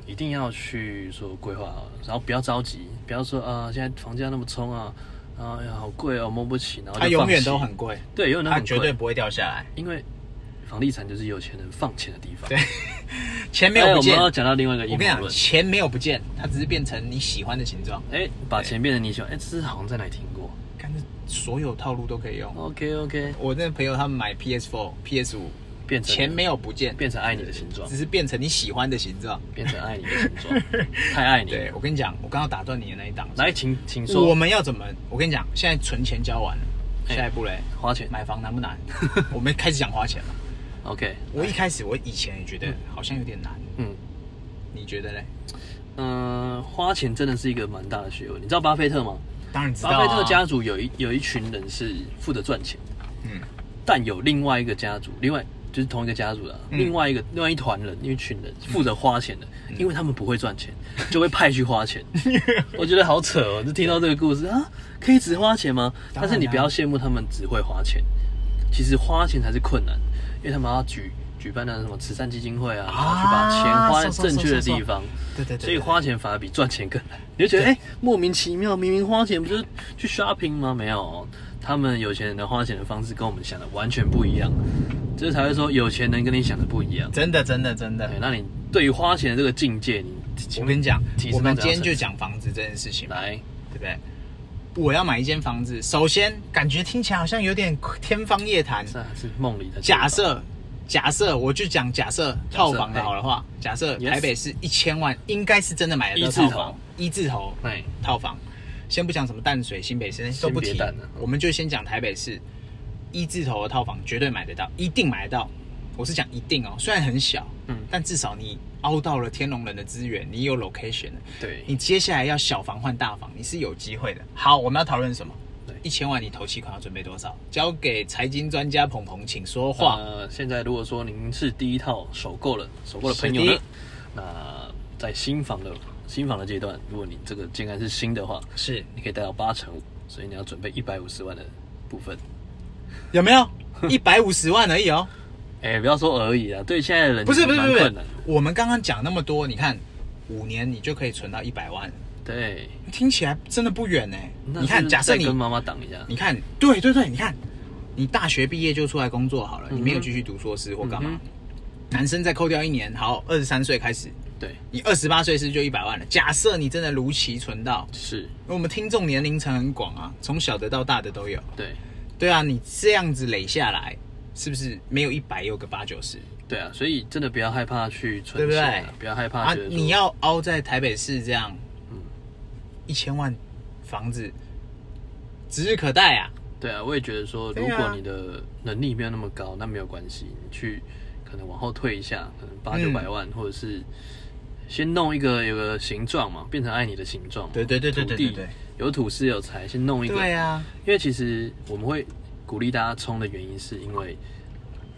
Speaker 3: 一定要去说规划好，然后不要着急，不要说啊、现在房价那么冲啊，啊、哎呀好贵哦，摸不起，然后就
Speaker 2: 它永远
Speaker 3: 放弃
Speaker 2: 都很贵，
Speaker 3: 对，永远都
Speaker 2: 它
Speaker 3: 很
Speaker 2: 绝对
Speaker 3: 贵，
Speaker 2: 不会掉下来。
Speaker 3: 因为房地产就是有钱人放钱的地方。
Speaker 2: 对钱没
Speaker 3: 哎
Speaker 2: 有不
Speaker 3: 我们
Speaker 2: 见，
Speaker 3: 要讲到另外一个
Speaker 2: 我
Speaker 3: 阴
Speaker 2: 跟你
Speaker 3: 谋
Speaker 2: 讲，
Speaker 3: 论。
Speaker 2: 钱没有不见，它只是变成你喜欢的形状。
Speaker 3: 哎、把钱变成你喜欢，哎、这是好像在哪里听过
Speaker 2: 看，这所有套路都可以用。
Speaker 3: ？OK OK，
Speaker 2: 我那个朋友他们买 PS4、PS5，
Speaker 3: 变成
Speaker 2: 钱没有不见，
Speaker 3: 变成爱你的形状
Speaker 2: 只，是变成你喜欢的形状。
Speaker 3: 变成爱你的形 状，太爱你。
Speaker 2: 对，我跟你讲，我刚刚打断你的那一档，
Speaker 3: 来，请请
Speaker 2: 我
Speaker 3: 说，
Speaker 2: 们要怎么？我跟你讲，现在存钱交完了，
Speaker 3: 哎
Speaker 2: 下一步嘞，
Speaker 3: 花钱
Speaker 2: 买房难不难？ 我们开始讲花钱了。
Speaker 3: OK，
Speaker 2: 我一开始我以前也觉得好像有点难，
Speaker 3: 嗯。
Speaker 2: 你觉得嘞？
Speaker 3: 嗯，花钱真的是一个蛮大的学问。你知道巴菲特吗？
Speaker 2: 当然知道
Speaker 3: 巴菲特
Speaker 2: 啊，
Speaker 3: 家族有一有一群人是负责赚钱，
Speaker 2: 嗯，
Speaker 3: 但有另外一个家族，另外就是同一个家族的、
Speaker 2: 嗯
Speaker 3: 另外一个另外一团人，一群人负责花钱的，因为他们不会赚钱， 就会派去花 钱。我觉得好扯哦！就听到这个故事啊，可以只花钱吗？
Speaker 2: 当然啊
Speaker 3: 但是你不要羡慕他们只会花钱，其实花钱才是困难，因为他们要举举办那什么慈善基金会啊，然后去把钱花在
Speaker 2: 嗖嗖嗖
Speaker 3: 正确的
Speaker 2: 嗖嗖
Speaker 3: 地方。
Speaker 2: 对对对，
Speaker 3: 所以花钱反而比赚钱更难。你就觉得哎、诶莫名其妙，明明花钱不就是去 shopping 吗？没有，他们有钱人的花钱的方式跟我们想的完全不一样，这才会说有钱人跟你想的不一样。
Speaker 2: 真的真的真的
Speaker 3: 对，，那你对于花钱的这个境界，你
Speaker 2: 我跟你讲
Speaker 3: 提，升到
Speaker 2: 我们
Speaker 3: 怎
Speaker 2: 今
Speaker 3: 样程
Speaker 2: 天就
Speaker 3: 度
Speaker 2: 讲房子这件事情嘛，
Speaker 3: 来，
Speaker 2: 对不对？我要买一间房子，首先感觉听起来好像有点天方夜谭。
Speaker 3: 这还是梦里的
Speaker 2: 假设，假设我就讲假设
Speaker 3: 假设
Speaker 2: 套房的好的话，假设
Speaker 3: Yes
Speaker 2: 台北市一千万，应该是真的买得
Speaker 3: 一
Speaker 2: 到
Speaker 3: 字头
Speaker 2: 套房，一字头
Speaker 3: 哎，
Speaker 2: 套房。先不讲什么淡水、新北市那些都不
Speaker 3: 先别
Speaker 2: 提
Speaker 3: 淡了，
Speaker 2: 我们就先讲台北市一字头的套房，绝对买得到，一定买得到。我是讲一定哦，虽然很小，
Speaker 3: 嗯
Speaker 2: 但至少你凹到了天龙人的资源，你有 location 了。
Speaker 3: 对
Speaker 2: 你接下来要小房换大房，你是有机会的。好，我们要讨论什么
Speaker 3: 对？
Speaker 2: 一千万，你投期款要准备多少？交给财经专家鹏鹏，请说话。
Speaker 3: 呃，现在如果说您是第一套首购了，首购的朋友
Speaker 2: 是
Speaker 3: 呢
Speaker 2: 的，
Speaker 3: 那在新房的新房的阶段，如果你这个建案是新的话，
Speaker 2: 是
Speaker 3: 你可以贷到八成五，所以你要准备一百五十万的部分。
Speaker 2: 有没有 一百五十万而 已哦？
Speaker 3: 哎、不要说而已啊，对现在的人
Speaker 2: 不是不是
Speaker 3: 蛮
Speaker 2: 不是
Speaker 3: 困难的，
Speaker 2: 我们刚刚讲那么多，你看五年你就可以存到一百万了，
Speaker 3: 对，
Speaker 2: 听起来真的不远呢。
Speaker 3: 那
Speaker 2: 你
Speaker 3: 是
Speaker 2: 看，
Speaker 3: 不是
Speaker 2: 假设
Speaker 3: 再
Speaker 2: 你
Speaker 3: 跟妈妈挡一下，
Speaker 2: 你看，对对对，你看，你大学毕业就出来工作好了，
Speaker 3: 嗯
Speaker 2: 你
Speaker 3: 哼
Speaker 2: 没有继续读硕士或干嘛，
Speaker 3: 嗯
Speaker 2: 男生再扣掉一年，好，二十三岁开始，
Speaker 3: 对，
Speaker 2: 你二十八岁是不是就一百万了。假设你真的如期存到，
Speaker 3: 是，
Speaker 2: 因为我们听众年龄层很广啊，从小的到大的都有。
Speaker 3: 对，
Speaker 2: 对啊，你这样子累下来，是不是没有一百也有个八九十？
Speaker 3: 对啊，所以真的不要害怕去存
Speaker 2: 对不
Speaker 3: 钱、啊，
Speaker 2: 对
Speaker 3: 不要害怕
Speaker 2: 啊，
Speaker 3: 觉得说嗯
Speaker 2: 你要凹在台北市这样，一千万房子指日可待啊！
Speaker 3: 对啊，我也觉得说，如
Speaker 2: 对
Speaker 3: 果
Speaker 2: 啊
Speaker 3: 你的能力没有那么高，那没有关系，你去可能往后退一下，可能八
Speaker 2: 嗯
Speaker 3: 九百万，或者是先弄一个有个形状嘛，变成爱你的形状嘛。
Speaker 2: 对对对对
Speaker 3: 土
Speaker 2: 对
Speaker 3: 地
Speaker 2: 对对，
Speaker 3: 有土是有财，先弄一个。
Speaker 2: 对啊，
Speaker 3: 因为其实我们会鼓励大家冲的原因，是因为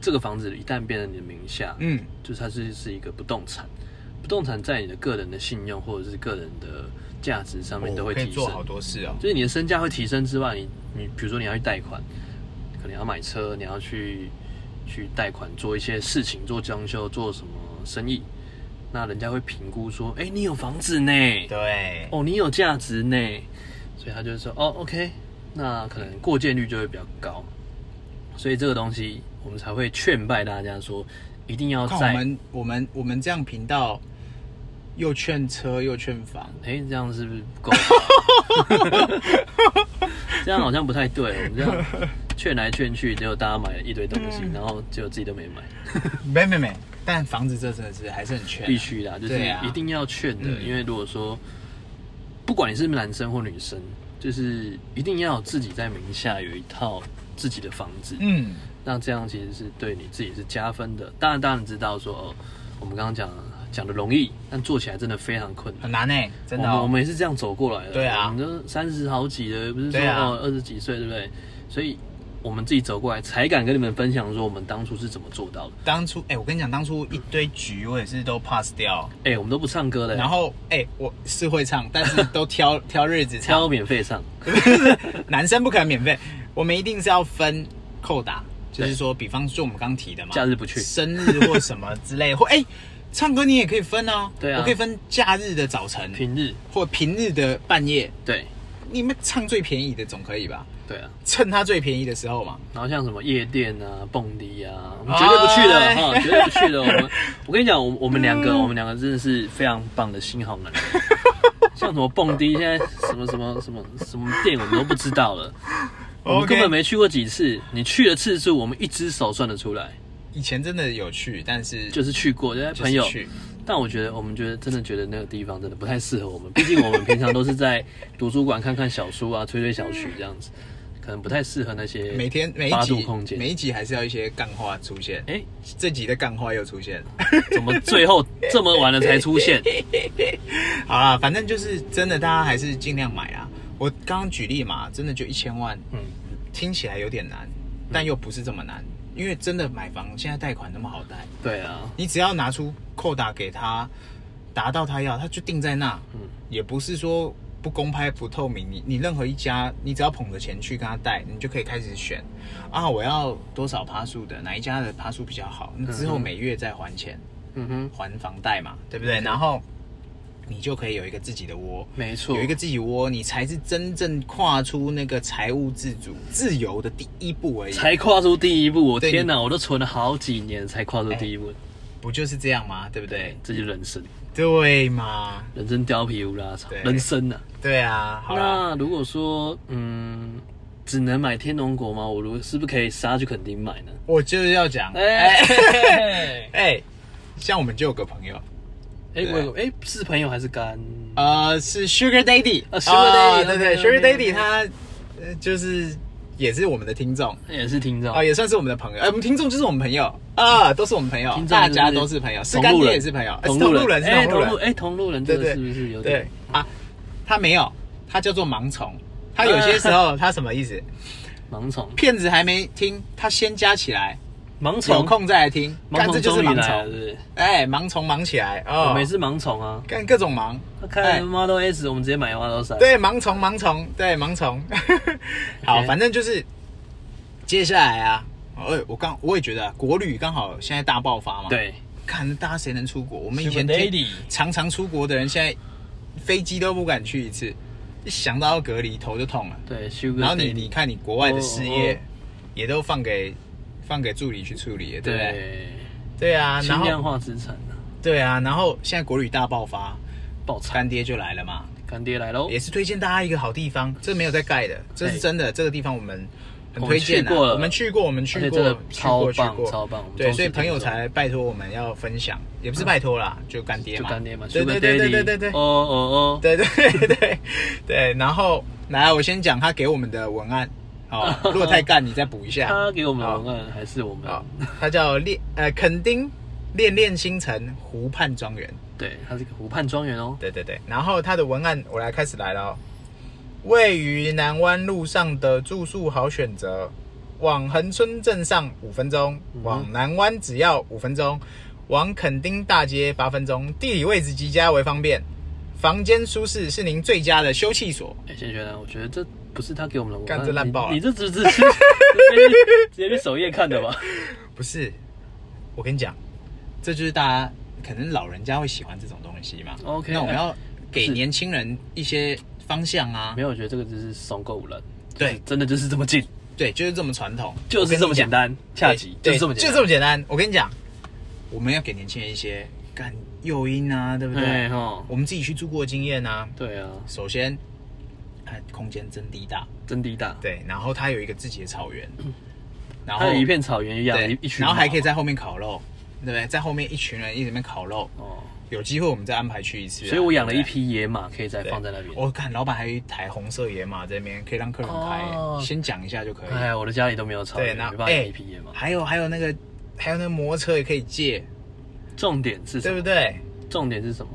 Speaker 3: 这个房子一旦变成你的名下，
Speaker 2: 嗯，
Speaker 3: 就是它是是一个不动产，不动产在你的个人的信用或者是个人的价值上面都
Speaker 2: 哦
Speaker 3: 会
Speaker 2: 可以
Speaker 3: 提升。
Speaker 2: 做好多事哦。
Speaker 3: 就是你的身价会提升之外，你你比如说你要去贷款，可能要买车，你要去去贷款做一些事情，做装修，做什么生意，那人家会评估说，哎、你有房子呢，
Speaker 2: 对，
Speaker 3: 哦，你有价值呢，所以他就会说，哦，OK，那可能过件率就会比较高，所以这个东西我们才会劝败大家说，一定要
Speaker 2: 看
Speaker 3: 在
Speaker 2: 我们我们我们这样频道又劝车又劝房，
Speaker 3: 哎、这样是不是不够？ 这样好像不太对。我们这样劝来劝去，结果大家买了一堆东西，
Speaker 2: 嗯
Speaker 3: 然后结果自己都没买，
Speaker 2: 没没没，但房子这真的是还是很缺、
Speaker 3: 必须啦，就是
Speaker 2: 对啊嗯
Speaker 3: 一定要劝的。因为如果说，不管你是男生或女生，就是一定要自己在名下有一套自己的房子。
Speaker 2: 嗯，
Speaker 3: 那这样其实是对你自己是加分的。当然，当然知道说，哦、我们刚刚讲讲的容易，但做起来真的非常困难
Speaker 2: 很。难呢、真的、
Speaker 3: 我们
Speaker 2: 哦。
Speaker 3: 我们也是这样走过来的。
Speaker 2: 对啊
Speaker 3: 我们都三十好几的，不是说
Speaker 2: 对啊
Speaker 3: 哦二十几岁，对不对？所以我们自己走过来，才敢跟你们分享说我们当初是怎么做到的。
Speaker 2: 当初哎、我跟你讲，当初一堆局我也是都 pass 掉，
Speaker 3: 哎、我们都不唱歌的，
Speaker 2: 然后哎、我是会唱，但是都挑挑日子唱，
Speaker 3: 挑免费唱。
Speaker 2: 男生不可能免费，我们一定是要分扣打，就是说，比方说我们刚提的嘛，
Speaker 3: 假日不去
Speaker 2: 生日或什么之类，或哎、唱歌你也可以分哦，
Speaker 3: 对啊
Speaker 2: 我可以分假日的早晨
Speaker 3: 平日，
Speaker 2: 或平日的半夜，
Speaker 3: 对
Speaker 2: 你们唱最便宜的总可以吧？
Speaker 3: 对啊。
Speaker 2: 趁它最便宜的时候嘛，
Speaker 3: 然后像什么夜店啊、蹦迪啊，我们绝对不去的
Speaker 2: 哎
Speaker 3: 哈、绝对不去的。我们， 我跟你讲，我我们两
Speaker 2: 嗯
Speaker 3: 个，我们两个真的是非常棒的新好男人。像什么蹦迪，现在什么什么什么什么店，我们都不知道 了。我们
Speaker 2: OK
Speaker 3: 根本没去过几次，你去的次数，我们一只手算得出来，
Speaker 2: 以前真的有去，但是
Speaker 3: 就是去过，就是朋友
Speaker 2: 就是。去
Speaker 3: 但我觉得，我们觉得真的觉得那个地方真的不太适合我们，毕竟我们平常都是在图书馆看看小说啊，吹吹小曲这样子，可能不太适合那些
Speaker 2: 每天每一
Speaker 3: 八度
Speaker 2: 集
Speaker 3: 空间。
Speaker 2: 每一集还是要一些干话出现，
Speaker 3: 哎、
Speaker 2: 这集的干话又出现了。
Speaker 3: 怎么最后这么晚了才出现？
Speaker 2: 好啦，反正就是真的，大家还是尽量买啊。我刚刚举例嘛，真的就一千万，
Speaker 3: 嗯，
Speaker 2: 听起来有点难，但又不是这么难，因为真的买房现在贷款那么好贷，
Speaker 3: 对啊，
Speaker 2: 你只要拿出扣打给他，达到他要，他就定在那，
Speaker 3: 嗯，
Speaker 2: 也不是说不公开不透明，你你任何一家，你只要捧着钱去跟他贷，你就可以开始选啊，我要多少趴数的，哪一家的趴数比较好，那之后每月再还钱，
Speaker 3: 嗯哼，
Speaker 2: 还房贷嘛，对不对？然后你就可以有一个自己的窝，
Speaker 3: 嗯没错，
Speaker 2: 有一个自己窝，你才是真正跨出那个财务自主、自由的第一步而已。
Speaker 3: 才跨出第一步，我
Speaker 2: 对
Speaker 3: 天哪，我都存了好几年才跨出第一步，
Speaker 2: 不就是这样吗？对不对？
Speaker 3: 这就是人生，
Speaker 2: 对嘛？
Speaker 3: 人生貂皮无拉草，
Speaker 2: 对
Speaker 3: 人生啊。
Speaker 2: 对啊，好啦，
Speaker 3: 那如果说，嗯，只能买天龙果吗？我如是不是可以杀去垦丁买呢？
Speaker 2: 我就是要讲，
Speaker 3: 哎
Speaker 2: 哎
Speaker 3: 哎
Speaker 2: 哎，像我们就有个朋友，
Speaker 3: 哎，我有哎是朋友还是干？
Speaker 2: 呃，是 Sugar Daddy，
Speaker 3: 啊，Sugar Daddy，
Speaker 2: 啊对对
Speaker 3: OK，OK，OK
Speaker 2: ，Sugar Daddy 他呃就是也是我们的听众。
Speaker 3: 他也是听众
Speaker 2: 啊、，也算是我们的朋友，哎、我们听众就是我们朋友啊，都是我们朋友
Speaker 3: 嗯听，众
Speaker 2: 大
Speaker 3: 就是
Speaker 2: 家都是朋友，是
Speaker 3: 同
Speaker 2: 干
Speaker 3: 路
Speaker 2: 爹
Speaker 3: 人
Speaker 2: 也是朋友，呃是
Speaker 3: 同
Speaker 2: 同
Speaker 3: 路
Speaker 2: 路人，是
Speaker 3: 哎
Speaker 2: 同路
Speaker 3: 同路
Speaker 2: 人，
Speaker 3: 哎同路人，
Speaker 2: 对
Speaker 3: 这
Speaker 2: 对
Speaker 3: 个是不是有
Speaker 2: 对
Speaker 3: 点？
Speaker 2: 啊，他没有，他叫做盲从。他有些 时候，他什么意思？
Speaker 3: 盲从？
Speaker 2: 骗子还没听，他先加起来，
Speaker 3: 盲从
Speaker 2: 有，空再来听。
Speaker 3: 盲
Speaker 2: 干
Speaker 3: 从
Speaker 2: 这就是
Speaker 3: 终于
Speaker 2: 盲
Speaker 3: 来了，
Speaker 2: 从，
Speaker 3: 对不
Speaker 2: 哎，盲从忙起来
Speaker 3: 对？
Speaker 2: 哦。
Speaker 3: 我们也是盲从啊。
Speaker 2: 干各种忙，
Speaker 3: 他开了 Model S，我们直接买 Model 三。
Speaker 2: 对，盲从盲从，对盲从。 好，
Speaker 3: OK
Speaker 2: 反正就是接下来啊，呃，我刚我也觉得啊国旅刚好现在大爆发嘛。，
Speaker 3: 对，
Speaker 2: 看大家谁能出国？我们以
Speaker 3: Sugar
Speaker 2: 前
Speaker 3: Daddy
Speaker 2: 常常出国的人，现在飞机都不敢去一次，一想到要隔离头就痛了。
Speaker 3: 对，Sugar，
Speaker 2: 然后你
Speaker 3: Daddy
Speaker 2: 你看你国外的事
Speaker 3: 哦
Speaker 2: 业
Speaker 3: 哦
Speaker 2: 也都放给放给助理去处理了，对不对？
Speaker 3: 对，
Speaker 2: 对啊，然
Speaker 3: 轻量
Speaker 2: 后
Speaker 3: 化资产啊，
Speaker 2: 对啊，然后现在国旅大爆发，
Speaker 3: 爆产，
Speaker 2: 干爹就来了嘛，
Speaker 3: 干爹来喽
Speaker 2: 也！是推荐大家一个好地方，这没有在盖的，这是真的，这个地方我们很推荐、啊。
Speaker 3: 我们去过了
Speaker 2: 我们去过，我们
Speaker 3: 而
Speaker 2: 去
Speaker 3: 且
Speaker 2: 过，
Speaker 3: 真的
Speaker 2: 去
Speaker 3: 超
Speaker 2: 过
Speaker 3: 棒
Speaker 2: 去过
Speaker 3: 超棒我们
Speaker 2: 对，
Speaker 3: 忠实
Speaker 2: 所以朋友
Speaker 3: 听众
Speaker 2: 才拜托我们要分享，也不是拜托啦，就干爹
Speaker 3: 嗯就
Speaker 2: 嘛，
Speaker 3: 干爹嘛
Speaker 2: 对
Speaker 3: ，Sugar
Speaker 2: 对对
Speaker 3: Daddy，
Speaker 2: 对对对对
Speaker 3: 哦哦哦，
Speaker 2: 对对对对对。然后来，啊我先讲他给我们的文案。 哦，如果太干，你再补一下。
Speaker 3: 他给我们的文案还是我们
Speaker 2: 啊，它叫恋呃垦丁恋恋星辰湖畔庄园。
Speaker 3: 对，它是个湖畔庄园哦，
Speaker 2: 对对对，然后它的文案我来开始来了、哦，位于南湾路上的住宿好选择，往恒春镇上五分钟，
Speaker 3: 嗯
Speaker 2: 往南湾只要五分钟，往垦丁大街八分钟，地理位置极佳为方便。房间舒适是您最佳的休憩所，
Speaker 3: 哎，先学呢，我觉得这不是他给我们的文
Speaker 2: 干
Speaker 3: 案，
Speaker 2: 这烂爆了
Speaker 3: 你你这只是 直接去直接去首页看的 吧？
Speaker 2: 不是？我跟你讲，这就是大家可能老人家会喜欢这种东西嘛。
Speaker 3: OK，
Speaker 2: 那我们要给
Speaker 3: 是
Speaker 2: 年轻人一些方向啊
Speaker 3: 没。有，我觉得这个就是松够了，
Speaker 2: 对
Speaker 3: 真的就是这么近，
Speaker 2: 对，就是这么传统，
Speaker 3: 就是这么简单，恰
Speaker 2: 我
Speaker 3: 吉，就
Speaker 2: 跟你
Speaker 3: 是这
Speaker 2: 讲
Speaker 3: 么
Speaker 2: 对，就
Speaker 3: 简
Speaker 2: 这
Speaker 3: 单，
Speaker 2: 么简单。我跟你讲，我们要给年轻人一些干诱因啊，对不对
Speaker 3: 哎？哈，
Speaker 2: 我们自己去住过的经验啊。
Speaker 3: 对啊，
Speaker 2: 首先，它空间真地大，
Speaker 3: 真地大，
Speaker 2: 对，然后它有一个自己的草原，然
Speaker 3: 嗯它
Speaker 2: 后
Speaker 3: 有一片草原一样，
Speaker 2: 对
Speaker 3: 一一群啊马，
Speaker 2: 然后还可以在后面烤肉，对不对？在后面一群人一直在那边烤肉，
Speaker 3: 哦，
Speaker 2: 有机会我们再安排去一次啊。
Speaker 3: 所以我养了一
Speaker 2: 对不对
Speaker 3: 匹野马，可以再
Speaker 2: 对
Speaker 3: 放在那边。
Speaker 2: 我看老板还有一台红色野马在那边，可以让客人开，
Speaker 3: 哦
Speaker 2: 先讲一下就可以。
Speaker 3: 哎呀，我的家里都没有草
Speaker 2: 对，哎
Speaker 3: 原，没
Speaker 2: 然后
Speaker 3: 办法养一匹野马。
Speaker 2: 还有还有那个还有那个摩托车也可以借，
Speaker 3: 重点是什
Speaker 2: 对
Speaker 3: 么
Speaker 2: 不？对？
Speaker 3: 重点是什么？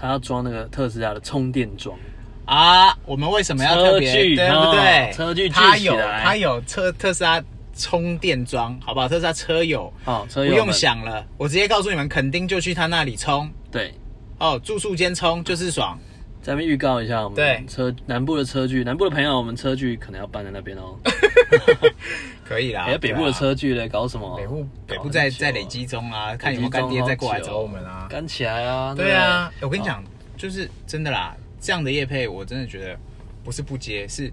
Speaker 3: 它要装那个特斯拉的充电桩，
Speaker 2: 啊，我们为什么要特别
Speaker 3: 车距
Speaker 2: 对不对？
Speaker 3: 哦车距聚起来
Speaker 2: 它有它有车特斯拉充电桩，好不好？特斯拉车友
Speaker 3: 哦，车
Speaker 2: 不
Speaker 3: 友们
Speaker 2: 用，想了，我直接告诉你们，肯定就去他那里充
Speaker 3: 对，
Speaker 2: 哦，住宿间充就是爽。
Speaker 3: 咱们预告一下，我
Speaker 2: 对
Speaker 3: 们车南部的车距，南部的朋友，我们车距可能要搬在那边哦。
Speaker 2: 可以啦，
Speaker 3: 哎，北部的
Speaker 2: 对啊，
Speaker 3: 车距嘞，搞什么？
Speaker 2: 北部北
Speaker 3: 搞
Speaker 2: 部
Speaker 3: 很
Speaker 2: 在
Speaker 3: 久啊
Speaker 2: 在累积中啊，看有没有干爹再过来找我们啊。
Speaker 3: 干起来啊！
Speaker 2: 对啊，
Speaker 3: 不
Speaker 2: 我跟你讲，就是真的啦，这样的业配我真的觉得不是不接，是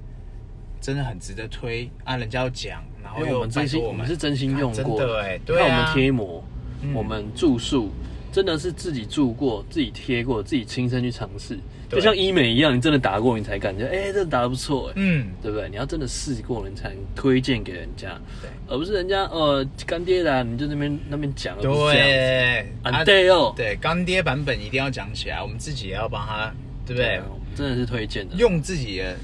Speaker 2: 真的很值得推啊，人家要讲，然后
Speaker 3: 因为我
Speaker 2: 又
Speaker 3: 们
Speaker 2: 拜
Speaker 3: 真
Speaker 2: 托
Speaker 3: 心，
Speaker 2: 我
Speaker 3: 我们
Speaker 2: 们
Speaker 3: 是真心用过
Speaker 2: 真的哎
Speaker 3: 你
Speaker 2: 对啊
Speaker 3: 看我们贴膜，
Speaker 2: 嗯
Speaker 3: 我们住宿，真的是自己住过、自己贴过、自己亲身去尝试，
Speaker 2: 对
Speaker 3: 就像医美一样，你真的打过，你才感觉，哎，这打的不错，哎，
Speaker 2: 嗯，
Speaker 3: 对不对？你要真的试过，你才能推荐给人家
Speaker 2: 对，
Speaker 3: 而不是人家呃干爹啦，你就那边那边讲，而不是这样子。
Speaker 2: 对，啊
Speaker 3: 啊对哦，
Speaker 2: 对，干爹版本一定要讲起来，我们自己也要帮他，对不对
Speaker 3: 啊？，真的是推荐的，
Speaker 2: 用自己的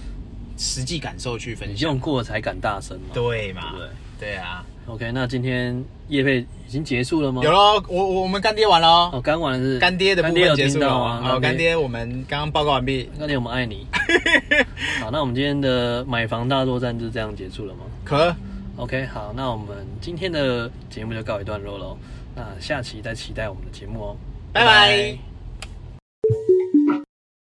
Speaker 2: 实际感受去分
Speaker 3: 你
Speaker 2: 享，
Speaker 3: 用过才敢大声嘛。
Speaker 2: 对嘛
Speaker 3: 对不对？
Speaker 2: 对啊，
Speaker 3: OK，那今天叶配已经结束了吗？
Speaker 2: 有喽，我我我们干爹完喽，
Speaker 3: 哦，干完了是
Speaker 2: 干爹的部分
Speaker 3: 有
Speaker 2: 结束
Speaker 3: 听
Speaker 2: 了
Speaker 3: 到
Speaker 2: 吗？
Speaker 3: 吗？
Speaker 2: 好，干，爹我们刚刚报告完毕，
Speaker 3: 干爹，我们爱 你。好，那我们今天的买房大作战就这样结束了吗
Speaker 2: 可
Speaker 3: ？OK，好，那我们今天的节目就告一段落喽。那下期再期待我们的节目哦，
Speaker 2: 拜拜